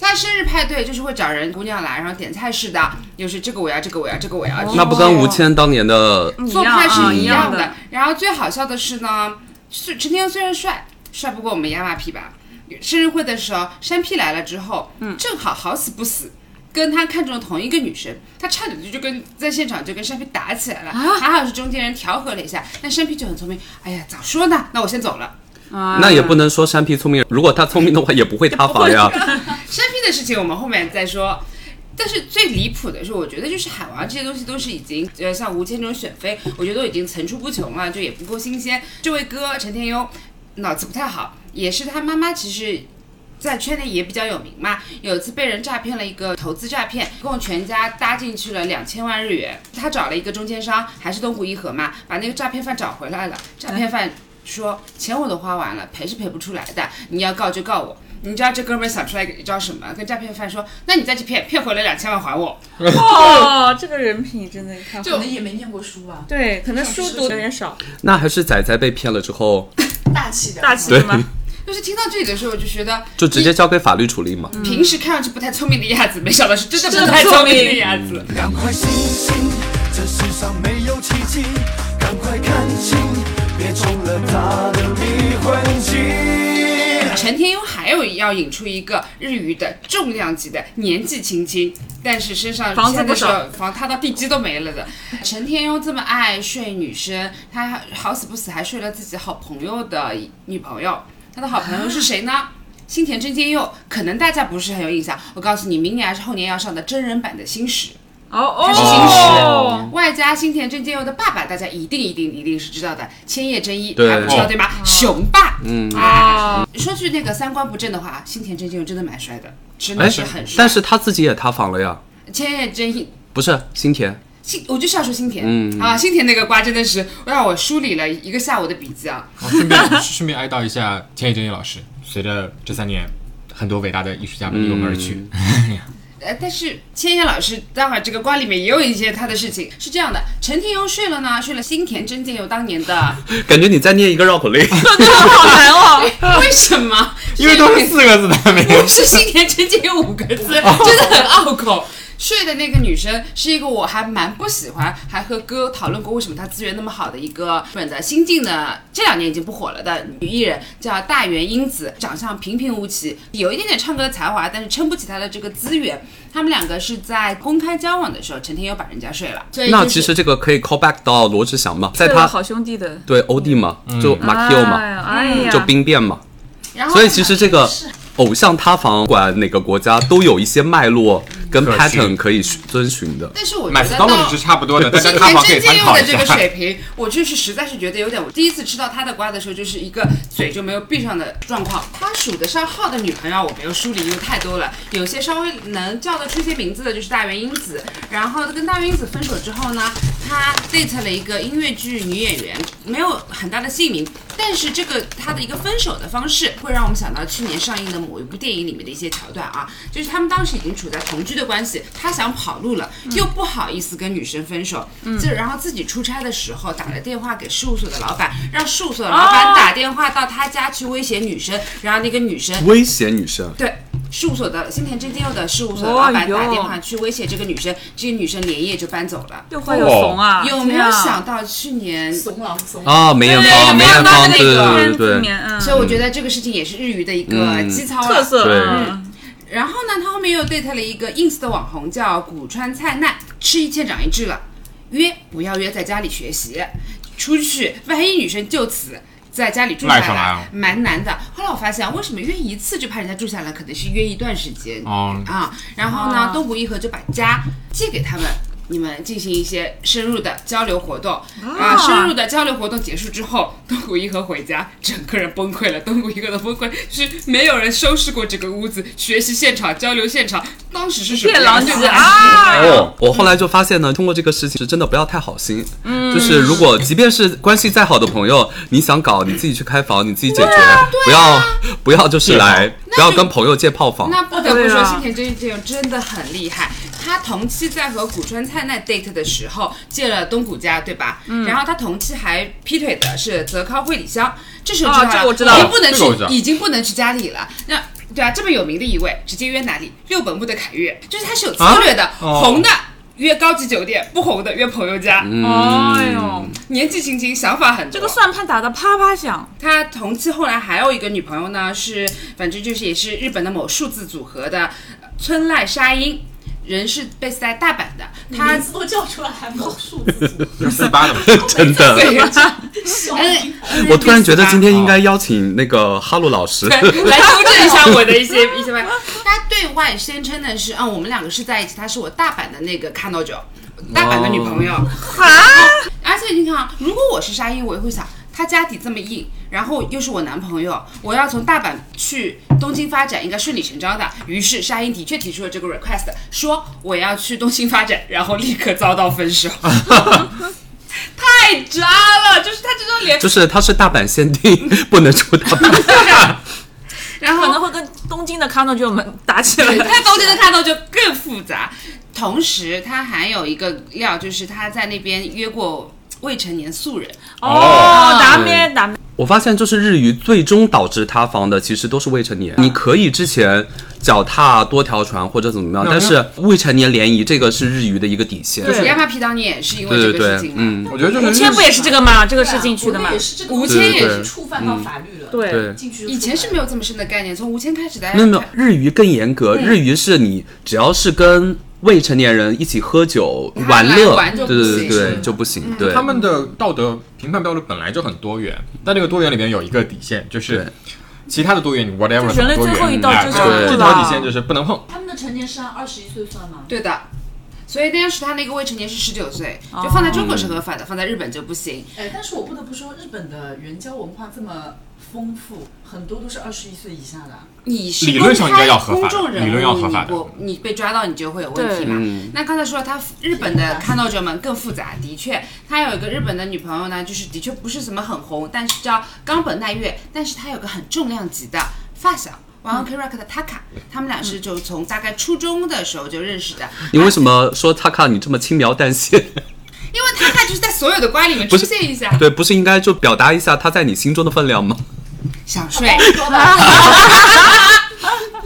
他生日派对就是会找人姑娘来，然后点菜式的，就是这个我要，这个我要，这个我要，
那不跟吴谦当年的
做派是
一
哦一
样
样
啊
的。然后最好笑的是呢，是陈天佑虽然帅，帅不过我们亚麻皮吧。生日会的时候，山 P 来了之后，正好好死不死。跟他看中了同一个女生，他差点就就跟在现场就跟山 P 打起来了，还好是中间人调和了一下。但山 P 就很聪明，哎呀，早说呢，那我先走了。
那也不能说山 P 聪明，如果他聪明的话，也不会塌房
[laughs]
呀。
山 P 的事情我们后面再说。但是最离谱的是，我觉得就是海王这些东西都是已经，呃，像吴谦这种选妃，我觉得都已经层出不穷了，就也不够新鲜。这位哥陈天优脑子不太好，也是他妈妈其实。在圈内也比较有名嘛，有一次被人诈骗了一个投资诈骗，一共全家搭进去了两千万日元。他找了一个中间商，还是东谷一和嘛，把那个诈骗犯找回来了。诈骗犯说钱我都花完了，赔是赔不出来的，你要告就告我。你知道这哥们儿想出来一招什么？跟诈骗犯说，那你再去骗，骗回来两千万还我。
[laughs]
哦，这个人品真的太
可能也没念过书啊吧，
对，可能书读得有点
[laughs]
少，
那还是仔仔被骗了之后，
大气点，
大气的吗？
就是听到这里的时候，我就觉得
就直接交给法律处理嘛。
平时看上去不太聪明的样子，没想到是真的
真的
不太
聪
聪明的
明
样子。
赶快醒醒，这世上没有奇迹，赶快看清，别中了他的迷魂计。
陈天优还有要引出一个日语的重量级的年纪轻轻，但是身上
房子不
的时
少
候房塌到地基都没了的。陈天优这么爱睡女生，他好死不死还睡了自己好朋友的女朋友。他的好朋友是谁呢？新田真剑佑，可能大家不是很有印象。我告诉你，明年还是后年要上的真人版的《新史》。
哦哦，
他是新
哦
史，外加新田真剑佑的爸爸，大家一定一定一定是知道的，千叶真一，
对
还不知道对吧？雄霸，嗯啊，说句那个三观不正的话，新田真剑佑真的蛮帅的，真
哎
的是很，帅。
但是他自己也塌房了呀，
千叶真一。
不是新田。
新，我就是要说新田、啊，新田那个瓜真的是让我梳理了一个下午的笔记啊。
然后哦顺便 [laughs] 顺便哀悼一下千叶真一老师，随着这三年，很多伟大的艺术家们离我们而去。
呃，但是千叶老师，待会儿这个瓜里面也有一些他的事情，是这样的，陈天佑睡了呢，睡了新田真剑佑当年的，
感觉你在念一个绕口令，
好难哦。
哎为什么？
因为都是四个字的，
[laughs]
没有
不是新田真剑佑五个字，真的很拗口。哦睡的那个女生是一个我还蛮不喜欢，还和哥讨论过为什么她资源那么好的一个日本的新晋的，这两年已经不火了的女艺人，叫大原英子，长相平平无奇，有一点点唱歌的才华，但是撑不起她的这个资源。他们两个是在公开交往的时候，陈天佑把人家睡了，所以、就是、
那其实这个可以 call back 到罗志祥嘛，在
对了，
他
好兄弟的
对欧弟嘛，就马 Q
哎
嘛，
呀哎呀，
就兵变嘛，
然后
所以其实这个偶像塌房，不管哪个国家都有一些脉络跟
可
pattern
循
可以遵循的。
但是我觉
买
得
s
到
t o m 是差不多的，大家
今
看
天
好可以
真
参
剑佑
考
的
一
这个
下。
水平，我就是实在是觉得有点。我第一次吃到他的瓜的时候，就是一个嘴就没有闭上的状况。他数得上号的女朋友，我没有梳理，因为太多了。有些稍微能叫得出一些名字的，就是大原英子。然后跟大原英子分手之后呢，他 date 了一个音乐剧女演员，没有很大的姓名，但是这个他的一个分手的方式，会让我们想到去年上映的某一部电影里面的一些桥段啊，就是他们当时已经处在同居的关系，他想跑路了，
嗯
又不好意思跟女生分手，这、然后自己出差的时候打了电话给事务所的老板，
嗯
让事务所的老板打电话到他家去威胁女生，然后那个女生
威胁女生，
对，事务所的新田真剑佑的事务所的老
哎
板
呦
打电话去威胁这个女生，这个女生连夜就搬走了。
又
哦
坏又怂啊，
有没有
天啊
想到去年
怂狼怂狼，
啊，梅艳芳，梅艳芳，对对
片
对
里
对，
面嗯
所以我觉得这个事情也是日语的一个
嗯
基操啊
特色
对
嗯
然后呢，他后面又 date 了一个 ins 的网红叫古川菜奈，吃一堑长一智了，约不要约在家里学习。出去，万一女生就此。在家里住
赖上来啊
了，蛮难的。后来我发现，为什么约一次就怕人家住下来，可能是约一段时间
哦
啊。然后呢，东湖一和就把家借给他们，你们进行一些深入的交流活动啊。深入的交流活动结束之后，东湖一和回家，整个人崩溃了。东湖一和的崩溃是没有人收拾过这个屋子，学习现场、交流现场，当时是什么
夜
样
郎
对
之
吧
啊！
哦，我后来就发现呢，通过这个事情是真的不要太好心。嗯，就是如果即便是关系再好的朋友，你想搞你自己去开房，你自己解决，不要不要就是来不要跟朋友借炮房。
那不得不
对
说，
啊
新田真一这种真的很厉害。他同期在和古川菜奈 date 的时候借了东谷家，对吧？
嗯
然后他同期还劈腿的是泽尻惠里香，这时候知道
哦这
了
个我知道
已经不能
这个我知道
去，已经不能去家里了。那对啊，这么有名的一位，直接约哪里？六本木的凯悦，就是他是有策略的，
哦
红的。约高级酒店，不红的约朋友家，
嗯
嗯
哎呦，
年纪轻轻想法很多。
这个算盘打得啪啪响，
他同期后来还有一个女朋友呢，是反正就是也是日本的某数字组合的呃村濑纱音，人是 base 在大阪的。他
名字都叫出来，还冒数字组，
四八
[laughs]
的嘛，
真的，
笑
哎
[laughs] 我突然觉
[laughs]
得今天应该邀请那个哈鲁老师。
来纠正一下我的一些 [laughs] 一些吧。他对外宣称的是，嗯，我们两个是在一起，他是我大阪的那个 k a n o j o 大阪的女朋友。哦啊而且你看啊，如果我是沙鹰，我也会想，他家底这么硬，然后又是我男朋友，我要从大阪去东京发展，应该顺理成章的。于是沙鹰的确提出了这个 request，说我要去东京发展，然后立刻遭到分 [laughs] 手。太渣了，就是他这张
[laughs]
脸，
就是他是大阪限定，不能出大阪。
然后
可能会跟东京的 Kano 就们打起
[laughs]
对，
来。
他东京的看到就更复杂。同时，他还有一个料，就是他在那边约过未成年素人。
哦，打咩打咩，
我发现，就是日语最终导致塌房的，其实都是未成年。你可以之前脚踏多条船或者怎么样，
那
但是未成年联谊这个是日语的一个底线。
亚麻皮当年也是因为
对
这
对
个事
对
情，嘛。
嗯，
我觉得就是
吴千不也是这个吗？这个事进去的
嘛，
吗
国内？啊也是这个
吴
问题，
谦
也
也是
是
触犯到法律了，，
嗯对。
进去就
以前是没
有。
有这么深的概念，从吴谦开始，大家
没有没有，日语更严格。日语是你只要是跟未成年人一起喝酒
他
玩
来
乐，
玩就
对
不
对对
行
对就不行。对，
嗯他们的道德评判标准本来就很多元，但这个多元里面有一个底线，就是
对
其他的多元你 whatever
就人类
多元
最后一道
哎
就是
这
对
这条底线就是不能碰。
他们的成年是按二十一岁算吗？
对的。所以当时他那个未成年是十九岁，
哦
就放在中国是合法的，放在日本就不行。
哎，但是我不得不说，日本的援交文化这么丰富，很多都是二十一岁以下的。啊
你是
理论上应该要合法
公开公众人物，
理论要合法的
你不你被抓到你就会有问题嘛。那刚才说他日本的看到者们更复杂，的确，他有一个日本的女朋友呢，就是的确不是什么很红，但是叫冈本奈月，但是他有个很重量级的发小。王 K Rock 的 Taka，他们俩是就从大概初中的时候就认识的，
你为什么说他看你这么轻描淡写？ [laughs]
因为 Taka 就是在所有的瓜里面出
不是
现一下，
对，不是应该就表达一下他在你心中的分量吗？
想睡。 [laughs]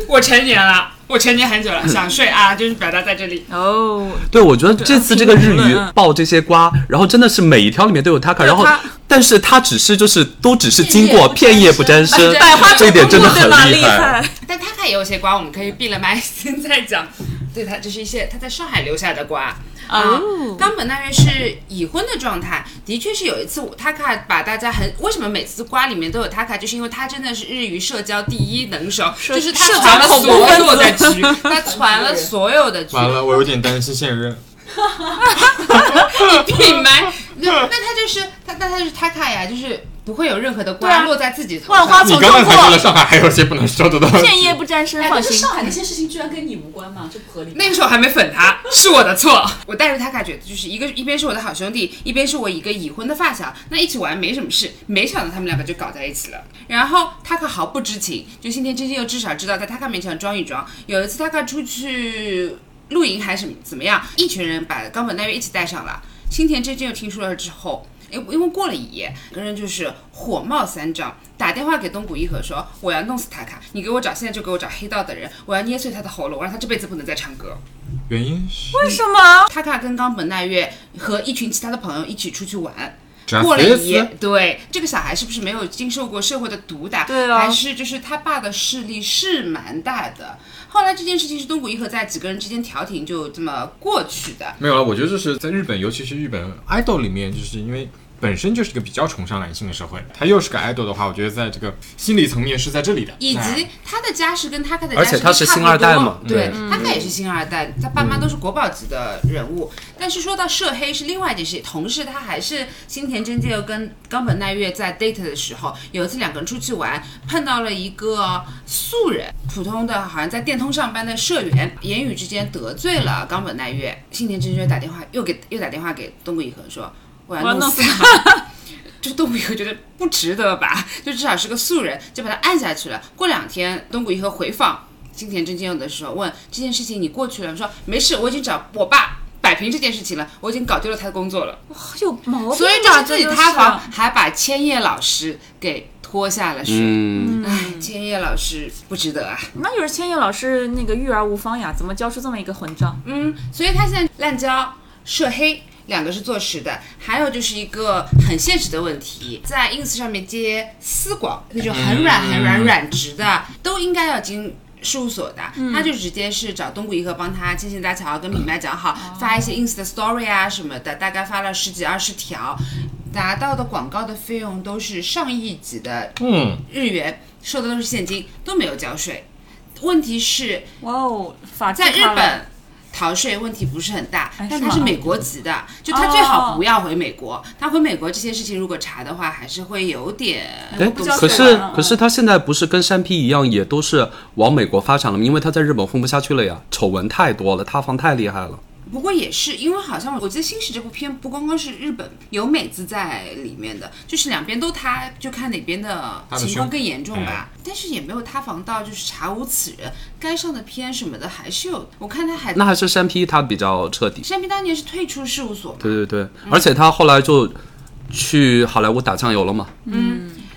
我成年了，我成年很久了，想睡啊，就是表达在这里。
哦，
对，我觉得这次这个日
评
语
论嗯
爆这些瓜，然后真的是每一条里面都有 Taka，然后
他
但是他只是就是都只是经过片叶不沾身
对，
百花
这一点真的
对
很
吧？厉
害。。
但他还有一些瓜，我们可以闭了麦先 [laughs] 再讲。对他，这是一些他在上海留下的瓜。啊
哦，
冈本奈月是已婚的状态，的确是有一次我 Taka 把大家很为什么每次瓜里面都有 Taka，就是因为他真的是日语社交第一能手，就是他
社
传了
交恐怖
所有的
分子 [laughs]
局，他传了所有的局，
完了，我有点担心
[laughs]
现任。
闭麦。那那他就是他，那他就是 Taka 呀，就是不会有任何的
对
瓜
啊
落在自己头
万
上。
花
你
丛
刚刚
中
才说了
过，
上海还有些不能说的东西，
片叶不沾身，
哎，
放
但是
心
上。海那些事情居然跟你无关嘛，这不合理。
那个时候还没粉 [laughs] 他，是我的错。我带着他感觉就是一个一边是我的好兄弟，一边是我一个已婚的发小，那一起玩没什么事。没想到他们两个就搞在一起了。然后他可毫不知情，就新田真心又至少知道在他看面前装一装。有一次他看出去露营还是怎么样，一群人把冈本奈月一起带上了。新田真真又听说了之后。因因为过了一夜，两个人就是火冒三丈，打电话给东谷一和说：“我要弄死他卡，你给我找，现在就给我找黑道的人，我要捏碎他的喉咙，我让他这辈子不能再唱歌。”
原因是
为什么？
塔卡跟冈本奈月和一群其他的朋友一起出去玩。
啊
Just
过了一夜
this，
对这个小孩是不是没有经受过社会的毒打？
对啊
还是就是他爸的势力是蛮大的。后来这件事情是东谷一和在几个人之间调停，就这么过去的。
没有了。我觉得就是在日本，尤其是日本 idol 里面，就是因为本身就是一个比较崇尚男性的社会，他又是个 idol 的话，我觉得在这个心理层面是在这里的，
以及他的家世跟他的家世
而且他是
差不
星二代
多
嘛
对
对，
他哥也是星二代，他爸妈都是国宝级的人物。但是说到涉黑是另外一件事，情，同时他还是新田真介跟冈本奈月在 date 的时候，有一次两个人出去玩，碰到了一个素人，普通的好像在电通上班的社员，言语之间得罪了冈本奈月。新田真介打电话又给又打电话给东谷一和说，我要
我要
弄
弄
死
死
他。 [laughs] 就东谷一和觉得不值得吧，就至少是个素人，就把他按下去了。过两天，东谷一和回访金田真佑的时候，问这件事情你过去了，说没事，我已经找我爸摆平这件事情了，我已经搞丢了他的工作了，
有毛病吧
所以这是自己
这
塌房
就是，啊
还把千叶老师给拖下了水。
嗯，
唉，千叶老师不值得啊。
那就是千叶老师那个育儿无方呀，怎么教出这么一个混账？
嗯，所以他现在滥交、涉黑两个是坐实的，还有就是一个很现实的问题，在 ins 上面接私广那种很软、很软、软直的，都应该要经。事务所的，他就直接是找东谷一和帮他牵线搭桥，跟品牌讲好，发一些 ins 的 story 啊什么的，大概发了十几二十条，达到的广告的费用都是上亿级的
嗯，
日元，收的都是现金，都没有交税。问题是，
哇哦，法制
在日
化了
本逃税问题不是很大
哎，
但
是
他
吗
是美国籍的，就他
哦
最好不要回美国。他回美国这些事情如果查的话，还是会有点。
哎，
不知道
可
是
是
哪儿啊
可是他现在不是跟山 P 一样，也都是往美国发展了吗？因为他在日本混不下去了呀，丑闻太多了，塌房太厉害了。
不过也是因为好像我记得《新史》这部片不光光是日本有美字在里面的，就是两边都塌，就看哪边的
他的
情况
凶
更严重吧。但是也没有塌房到就是查无此人，该上的片什么的还是有。我看他还
那还是山 P 他比较彻底。
山平当年是退出事务所嘛，
对对对，而且他后来就去好莱坞打酱油了嘛。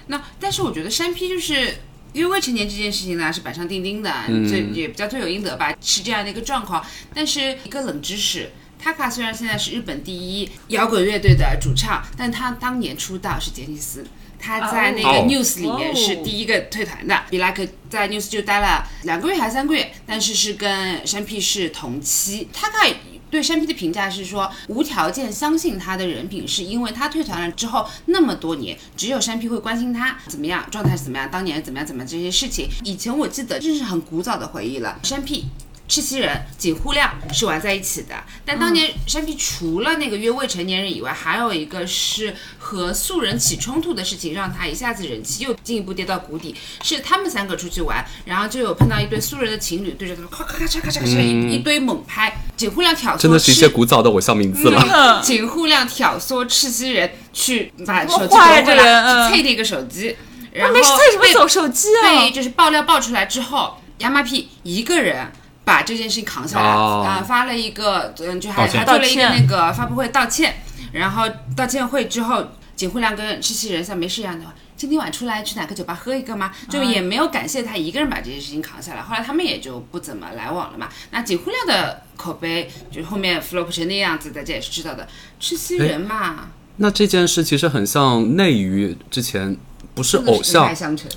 那但是我觉得山 P 就是因为未成年这件事情呢是板上钉钉的，这、也比较罪有应得吧，是这样的一个状况。但是一个冷知识。塔卡虽然现在是日本第一摇滚乐队的主唱，但他当年出道是杰尼斯，他在那
哦
个 News 里面是
哦
第一个退团的。比拉克在 News 就待了两个月还是三个月，但是是跟山 P 是同期。塔卡对山 P 的评价是说，无条件相信他的人品，是因为他退团了之后那么多年，只有山 P 会关心他怎么样，状态是怎么样，当年怎么样怎么样这些事情。以前我记得这是很古早的回忆了，山 P。赤西仁、井户亮是玩在一起的，但当年山 P 除了那个约未成年人以外，还有一个是和素人起冲突的事情，让他一下子人气又进一步跌到谷底。是他们三个出去玩，然后就有碰到一对素人的情侣，对着他们咔咔咔嚓咔嚓咔嚓一一堆猛拍，井户亮挑唆
真的是一些
赤
古早的偶像名字了。
哦嗯井户亮挑夺赤西仁去把手机夺
坏
回
人
来，
嗯
去 t 那个手机，然后
没事，他为什么
被
走手机
被
啊？
就是爆料爆出来之后，亚麻屁一个人。把这件事情扛下来啊、
哦
发了一个嗯，就还
道歉
还做了一个
道歉
那个发布会道歉，然后道歉会之后，井户亮跟赤西仁像没事一样的话，今天晚出来去哪个酒吧喝一个吗？就也没有感谢他一个人把这件事情扛下来。后来他们也就不怎么来往了嘛。那井户亮的口碑就是后面 flop 成那样子，大家也是知道的。赤西仁嘛，
那这件事其实很像内娱之前不是
真的
哎偶
是一脉
像
相承。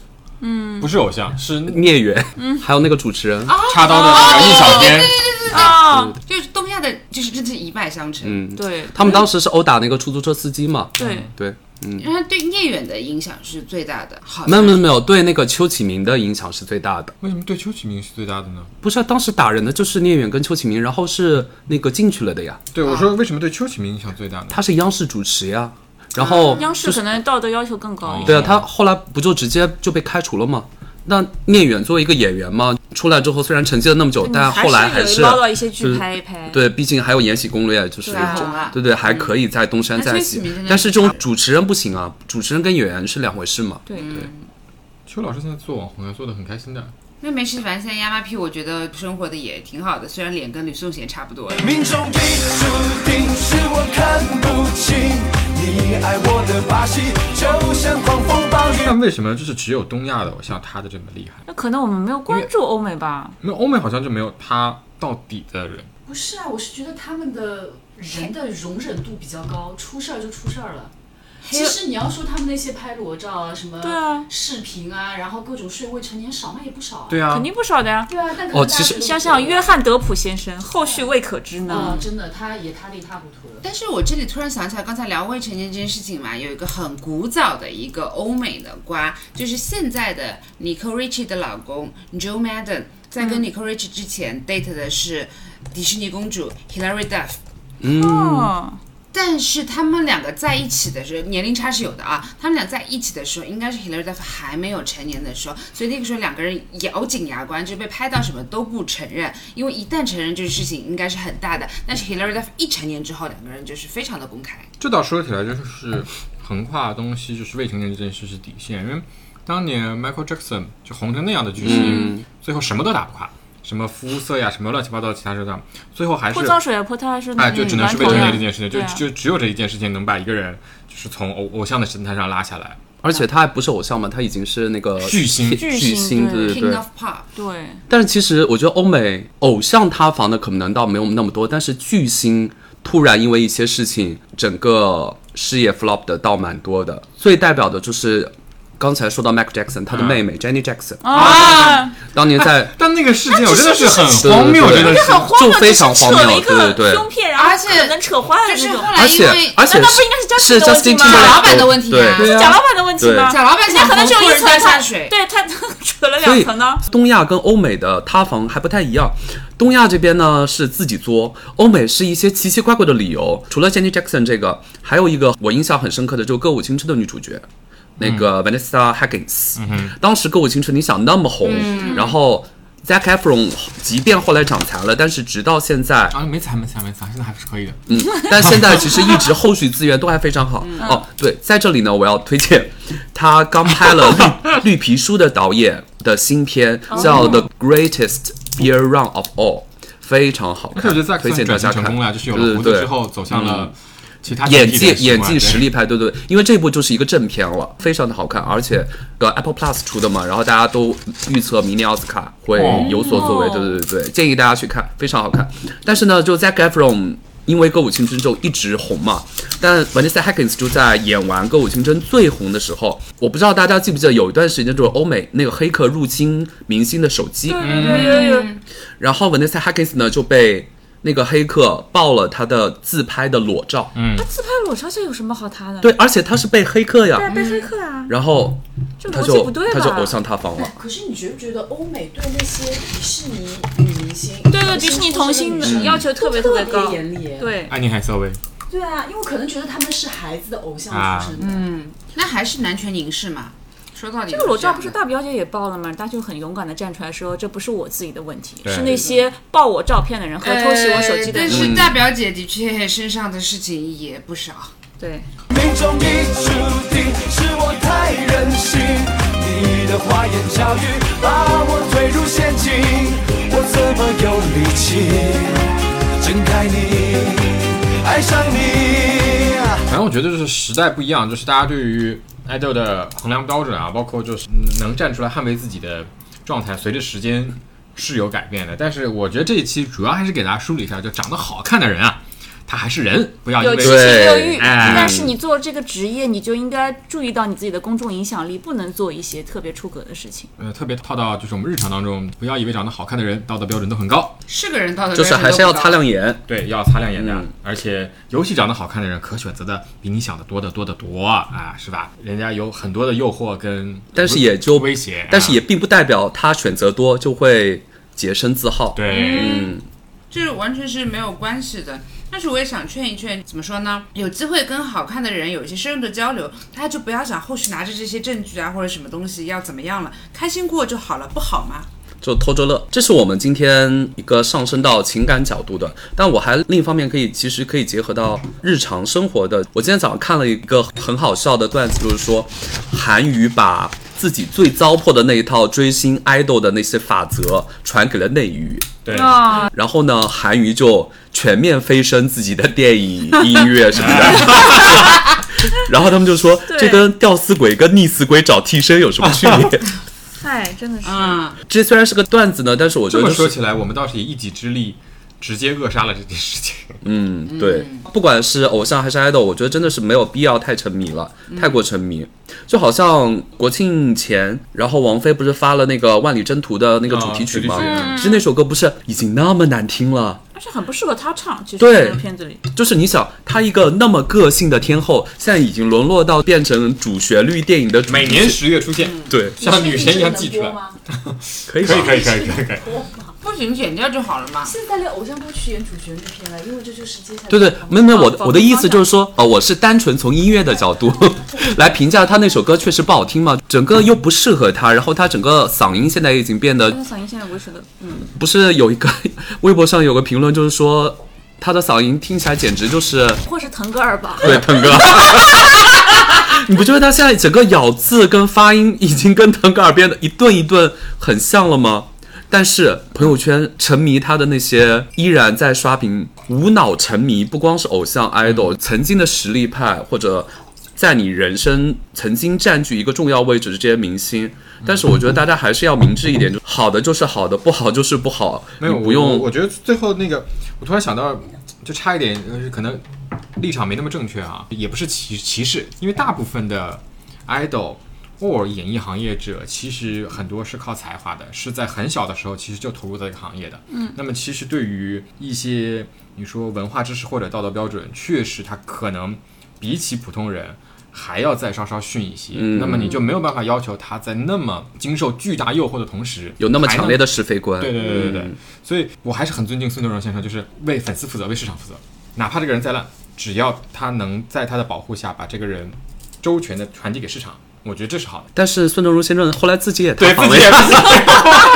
不是偶像，哦是
聂远， [laughs] 还有那个主持人，
插刀
哦
的易小天，
啊，
就是东亚的，就是真的是一脉相承。
嗯，
对
他们当时是殴打那个出租车司机嘛。
对，
对，
然后对聂远的影响是最大的，好像
没有没有没有，对那个邱启明的影响是最大的。
为什么对邱启明是最大的呢？
不是啊、当时打人的就是聂远跟邱启明，然后是那个进去了的呀，
对，我说为什么对邱启明影响最大呢？
他是央视主持呀，然后
啊央视可能道德要求更高一点。
嗯对啊，他后来不就直接就被开除了吗？那聂远作为一个演员嘛，出来之后虽然沉寂了那么久，但啊后来还
有
是
捞到一些剧
就是
拍一拍。
对，毕竟还有《延禧攻略》，就是
对啊红啊
对对，还可以在东山再
那崔
起
启明真的。
但是这种主持人不行啊，主持人跟演员是两回事嘛。
对
邱老师现在做网红要做的很开心的，
那没事，反正现在亚麻屁，我觉得生活的也挺好的，虽然脸跟吕颂贤差不多了。
命中必注定，是我看不清。你爱我的把戏，就像狂风暴雨。
但为什么就是只有东亚的偶像他的这么厉害？
那可能我们没有关注欧美吧，
那欧美好像就没有他到底的人。
不是啊，我是觉得他们的人的容忍度比较高，出事儿就出事儿了。其实你要说他们那些拍裸照啊，什么
对啊
视频啊，然后各种睡未成年少，那也不少啊。
对啊
肯，定不少的呀。
对啊，但可能
哦其实
大家都
想想约翰·德普先生，后续未可知
啊
呢，。
真的他也塌得一塌糊涂了。
但是我这里突然想起来，刚才聊未成年这件事情嘛，有一个很古早的一个欧美的瓜，就是现在的 Nicole Richie 的老公 Joe Madden，在
嗯
跟 Nicole Richie 之前 date 的是迪士尼公主 Hilary Duff。
嗯
哦，
但是他们两个在一起的时候，年龄差是有的啊。他们俩在一起的时候，应该是 Hilary Duff 还没有成年的时候，所以那个时候两个人咬紧牙关，就被拍到什么都不承认，因为一旦承认这个事情应该是很大的。
嗯
但是 Hilary Duff 一成年之后，两个人就是非常的公开。
这倒说起来就是横跨东西，就是未成年这件事是底线，因为当年 Michael Jackson 就红成那样的巨星，最后什么都打不垮，什么肤色呀，什么乱七八糟的其他手段，最后还是
泼脏水啊，泼他还是
哎，就只能是未成年这件事情，
对
就
啊
就只有这一件事情能把一个人就是从偶偶像的神坛上拉下来。
而且他还不是偶像嘛，他已经是那个
巨星
巨
巨星
对对
King
对
of。Pop，
对，
但是其实我觉得欧美偶像塌房的可能倒没有那么多，但是巨星突然因为一些事情，整个事业 flop 的倒蛮多的。最代表的就是刚才说到 Mac Jackson，他的妹妹 Jenny Jackson，、
啊，
当年在。
但那个事件我真的哎是很
对
荒谬，
对
真的
对
是
很荒谬，
就非常
是扯
荒谬
了一
对
个
对对
胸片，然后
而且
可能扯坏了
就是
那种
后。来
而
因
且
为
而且
难道不应该是
是 Justin
Justin Timberlake
贾
Timberlake
老板的问题啊
对
对
贾老板的问题吗？
对
贾老板
人家可能只有一层，
想
他
从富人
对他扯了
所
两
以
层呢。
东亚跟欧美的塌房还不太一样，东亚这边呢是自己作，欧美是一些奇奇怪怪的理由。除了 Jenny Jackson 这个，还有一个我印象很深刻的就是《歌舞青春》的女主角。
嗯
那个 Vanessa Hudgens，、当时《歌舞青春》你想那么红，
嗯
然后 Zac Efron 即便后来长残了，但是直到现在，
啊，没惨没惨没惨，现在还是可以的。
嗯，但现在其实一直后续资源都还非常好。哦，对，在这里呢，我要推荐他刚拍了《绿绿皮书》的导演的新片，叫《The Greatest Beer Run of All》，非常好
但是
看
我觉得 Zack
推
算
荐大
转型
家
成
看
功了，。啊就是有
对
了胡
对
子
对
之后走向了其他
演
地
技
的习
演
惯
技
对
实力派，对对，对因为这部就是一个正片了，非常的好看，而且呃 Apple Plus 出的嘛，然后大家都预测明年奥斯卡会
哦
有所作为，
哦
对对对对，建议大家去看，非常好看。但是呢，就 Zac Efron 因为《歌舞青春》就一直红嘛，但 Vanessa Hudgens 就在演完《歌舞青春》最红的时候，我不知道大家记不记得有一段时间就是欧美那个黑客入侵明星的手机，
对对对对对，
然后 Vanessa Hudgens 呢就被那个黑客爆了他的自拍的裸照。
他自拍裸照这有什么好塌的？
对，，而且他是被黑客呀，
被黑客啊，
然后
这
他
逻辑
就
不对
他
吧？
就偶像塌房了。
哎可是你觉不觉得欧美对那些迪士尼女明星，对
对对，迪士尼童星
的
要求特别特别
特
高，
严厉。
对，
安妮海瑟薇，
对啊，因为可能觉得他们是孩子的偶像出身的。
那还是男权凝视嘛。说到底，
这个裸照不是大表姐也爆了吗？她就很勇敢的站出来说，这不是我自己的问题，
对
是那些爆我照片的人和偷袭我手机的
但
嗯
人。
是大表姐的确身上的事情也不少。
对，
命中已注定，是我太任性。你的花言巧语把我推入陷阱，我怎么有力气睁开你，爱上你？
反正我觉得就是时代不一样，就是大家对于爱豆的衡量标准啊，包括就是能站出来捍卫自己的状态，随着时间是有改变的。但是我觉得这一期主要还是给大家梳理一下，就长得好看的人啊，他还是人，不要因
有
为
七情六欲，
对
哎
但是你做这个职业，你就应该注意到你自己的公众影响力，不能做一些特别出格的事情。
呃，特别套到就是我们日常当中，不要以为长得好看的人道德标准都很高，
是个人道德
就是还是要擦亮眼，
对，要擦亮眼的，
嗯
而且尤其长得好看的人，可选择的比你想的多得多得多啊，是吧？人家有很多的诱惑跟，
但是也就
威胁，
但是
啊
也并不代表他选择多就会洁身自好。，
对，
嗯，
这完全是没有关系的。但是我也想劝一劝，怎么说呢？有机会跟好看的人有一些深入的交流，大家就不要想后续拿着这些证据啊或者什么东西要怎么样了，开心过就好了，不好吗？
就偷着乐，这是我们今天一个上升到情感角度的。但我还另一方面可以，其实可以结合到日常生活的。我今天早上看了一个很好笑的段子，就是说韩娱把自己最糟粕的那一套追星 idol 的那些法则传给了内娱。
对，
啊，
然后呢，韩娱就全面飞升自己的电影、音乐什么的。然后他们就说，
对
这跟吊死鬼跟溺死鬼找替身有什么区别？
嗨，真的是。
嗯，
这虽然是个段子呢，但是我觉
这
得、
么
就是、
说起来，我们倒是以一己之力直接扼杀了这件事情。
嗯，对，不管是偶像还是 idol，我觉得真的是没有必要太沉迷了，太过沉迷。就好像国庆前，然后王菲不是发了那个《万里征途》的那个主题曲吗？
啊主题曲
其实那首歌不是已经那么难听了，
而且很不适合他唱，其实
对
这个片子里，
就是你想，她一个那么个性的天后，现在已经沦落到变成主旋律电影的主
[laughs] 每
题
年
曲
十月出现，
对，
像女神一样寄出来。
可以
可以可以可
可
以可以可以。
不行，剪掉就好了嘛。
现在连偶像歌曲演主旋律片了，因为这就是接下来
对对，没有没有，我的
啊
我的意思
方向
就是说，呃，我是单纯从音乐的角度 [laughs] 来评价他那首歌确实不好听嘛，整个又不适合他，然后他整个嗓音现在已经变得
但是嗓音现在维持的，嗯，
不是有一个 [laughs] 微博上有个评论就是说他的嗓音听起来简直就是
或是腾格尔吧，
对腾格尔。
[laughs]
你不觉得他现在整个咬字跟发音已经跟腾格尔变得一顿一顿很像了吗？但是朋友圈沉迷他的那些依然在刷屏，无脑沉迷，不光是偶像 idol，曾经的实力派或者在你人生曾经占据一个重要位置的这些明星。但是我觉得大家还是要明智一点，就好的就是好的，不好就是不好，
没有，
你
我
不用
我我觉得最后那个，我突然想到，就差一点，呃可能立场没那么正确啊，也不是歧歧视，因为大部分的 idol 或演艺行业者，其实很多是靠才华的，是在很小的时候其实就投入到这个行业的。嗯，那么其实对于一些你说文化知识或者道德标准，确实他可能比起普通人。还要再稍稍逊一些，
嗯
那么你就没有办法要求他在那么经受巨大诱惑的同时，
有那么
还
强烈的是非观。
对对对对对，嗯所以我还是很尊敬孙德荣先生，就是为粉丝负责，为市场负责，哪怕这个人再烂，只要他能在他的保护下把这个人周全的传递给市场，我觉得这是好的。
但是孙中如先生后来自己也
对
塌
自
房了
己也
呀
不行， [laughs]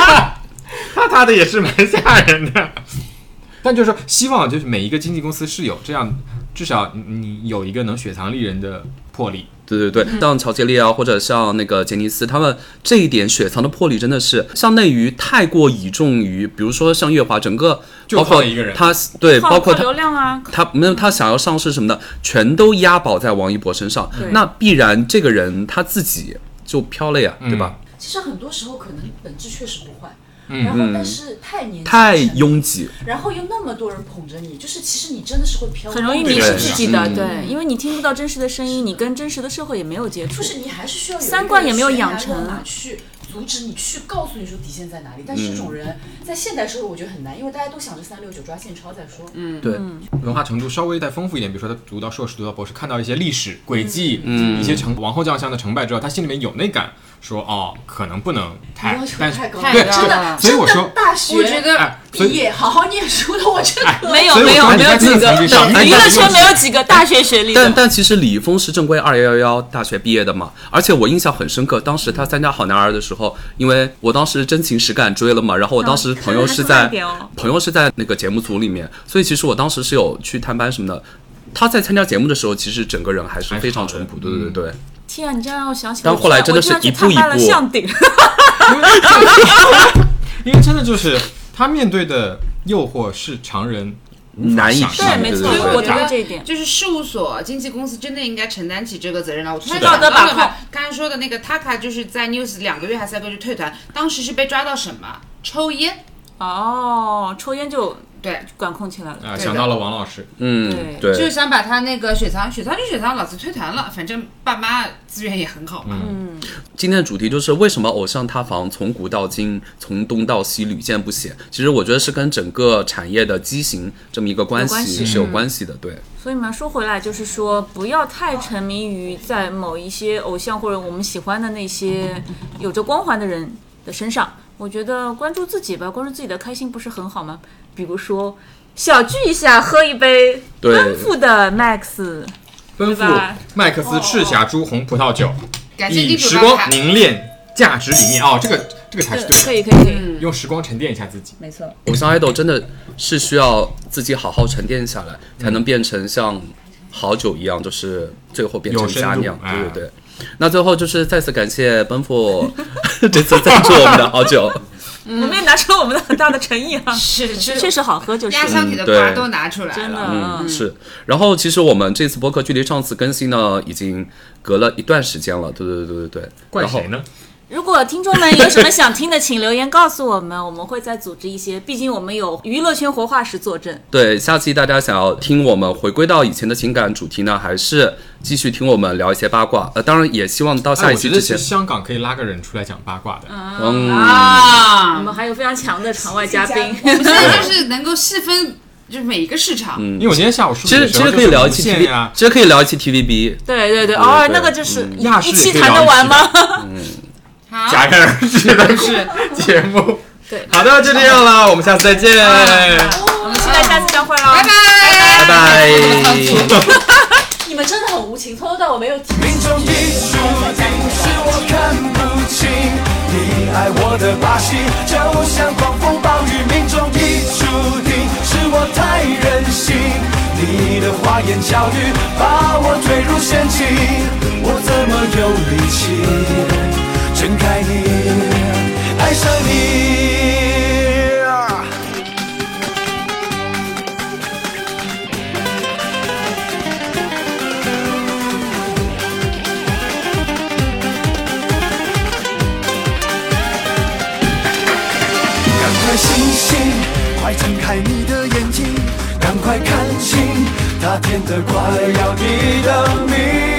他他的也是蛮吓人的。 [laughs] 但就是说，希望就是每一个经纪公司是有这样，至少你你有一个能雪藏丽人的魄力。
对对对，
嗯
像乔杰利啊，或者像那个杰尼斯，他们这一点雪藏的魄力真的是相内于太过倚重于，比如说像月华，整个
就
包
靠
括
一个人
他对，
靠
包括
靠流
他。
量啊，
他没有，他想要上市什么的，全都押宝在王一博身上
对，
那必然这个人他自己就飘了
嗯
呀，对吧？
其实很多时候可能本质确实不坏，
嗯
然后但是太年轻
太
沉迷
拥挤，
然后又那么多人捧着你，就是其实你真的是会飘，
很容易迷
对
失自己的，
嗯
对，因为你听不到真实的声音，你跟真实的社会也没有接触
就，是你还是需要有一个
三观也没有养成
悬崖勒马去阻止你，去告诉你说底线在哪里。
嗯
但是这种人在现代社会我觉得很难，因为大家都想着三六九抓现钞再说。嗯，
对，
文化程度稍微再丰富一点，比如说他读到硕士、读到博士，看到一些历史轨迹，嗯，一些成王后将相的成败之后，他心里面有那感，说哦，可能不能太
要求，
但是
太高了，
哎对，
太高
真
了
的，所以我
真
说
的，大学
我觉得
哎，所
毕
以
业好好念书的，我真的
没有
所以我
没有
说
没有
你在
几
这个
个
层级上
对
哎
娱
但
乐
是
圈没有几个大学学历
但
的，
但其实李易峰是正规二幺幺大学毕业的嘛，而且我印象很深刻，当时他参加《好男儿》的时候，因为我当时真情实感追了嘛，然后我当时
嗯
朋友是
还是慢
在
点哦
朋友是在那个节目组里面，所以其实我当时是有去探班什么的。他在参加节目的时候，其实整个人还是非常淳朴，对对对对，
天啊，你这样让我想起，
但后来真的
我居然
是一
去探
步一
班了
步
向顶，
[laughs] 因为真的就是他面对的诱惑是常人
难以
想
置
象
对，
疑，
没
对
错，
对
所以
我
对
觉
对。
得这一点，
就是事务所、经纪公司真的应该承担起这个责任了。我突
是
然
的
想
道
到
德把
了
控
嘛，刚才说的那个 Taka 就是在 News 两个月还是三个月就退团，当时是被抓到什么？抽烟。
哦，抽烟就
对，
管控起来了，
啊、
对的
想到了王老师，
嗯，
对
就是
对，
想把他那个雪藏，雪藏就雪藏，老子退团了，反正爸妈资源也很好
嗯
嘛。
今天的主题就是为什么偶像塌房从古到今，从东到西屡见不鲜。其实我觉得是跟整个产业的畸形这么一个关
有关
系
系
是有关系的，对。
所以嘛，说回来就是说，不要太沉迷于在某一些呃偶像或者我们喜欢的那些有着光环的人的身上。我觉得关注自己吧，关注自己的开心不是很好吗？比如说小聚一下，喝一杯
对
奔赴的 Max，对
奔赴
吧
麦克斯赤霞珠红葡萄酒，
感谢地
以
主
时
爸
光
爸。
凝练价值理念哦，这个这个才是对
可
的，
以可以可以，
用时光沉淀一下自己。
没错。
偶像 idol 真的是需要自己好好沉淀下来，才能变成像好酒一样，就是最后变成佳酿
有深。度
对
哎
对对。那最后就是再次感谢奔赴 [laughs] 这次赞助我们的好酒，
我们也拿出了我们的很大的诚意哈，
[laughs] [laughs] 是是
确实好喝就是
压
了，
箱底的
嗯对
瓜都拿出来
真的，
了。
嗯，
是。然后其实我们这次播客距离上次更新呢，已经隔了一段时间了。对对对对对。
怪
然后
谁呢？
如果听众们有什么想听的，请留言告诉我们，我们会再组织一些。毕竟我们有娱乐圈活化石作证。
对，下期大家想要听我们回归到以前的情感主题呢，还是继续听我们聊一些八卦？呃，当然也希望到下
哎，
一
我
期
觉
之
得
前
是，香港可以拉个人出来讲八卦的，
嗯，
我
啊，
们还有非常强的场外嘉宾，
我们现在就是能够细分，就是每一个市场。
嗯
因为我今天下午梳
其
理
实
的时
其
候
实可以聊一期
就是无线啊呀
TV，，其实可以聊一期 TVB，
对对嗯对，偶尔那个就是一
亚视
一期
也可以
谈得
聊一
完吗？
好，
戛然而止的是 [laughs] 节目。
对，
好的，就这样了，我们下次再见。
[laughs] 我们期待下次相会喽，
拜
拜
拜。
拜。
你们真的很无情，从头到尾没有提。
命中已注定，是我看不清。你爱我的把戏，就像狂风暴雨。命中已注定，是我太任性。你的花言巧语把我推入陷阱，我怎么有力气睁开你，爱上你？啊赶快醒醒，快睁开你的眼睛，赶快看清他甜得快要你的命。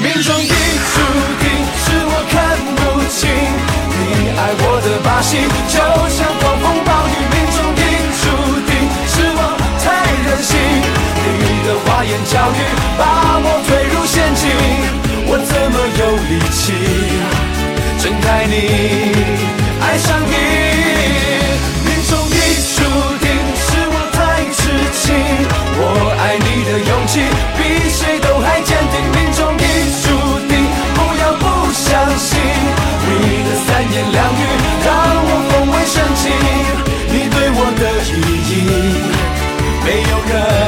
命中已注定，是我看不清。你爱我的把戏，就像狂风暴雨。命中已注定，是我太任性。你的花言巧语把我推入陷阱，我怎么有力气睁开你，爱上你？命中已注定，是我太痴情。我爱你的勇气比谁都还坚定，命中已注定，不要不相信。你的三言两语让我风味深情，你对我的意义没有人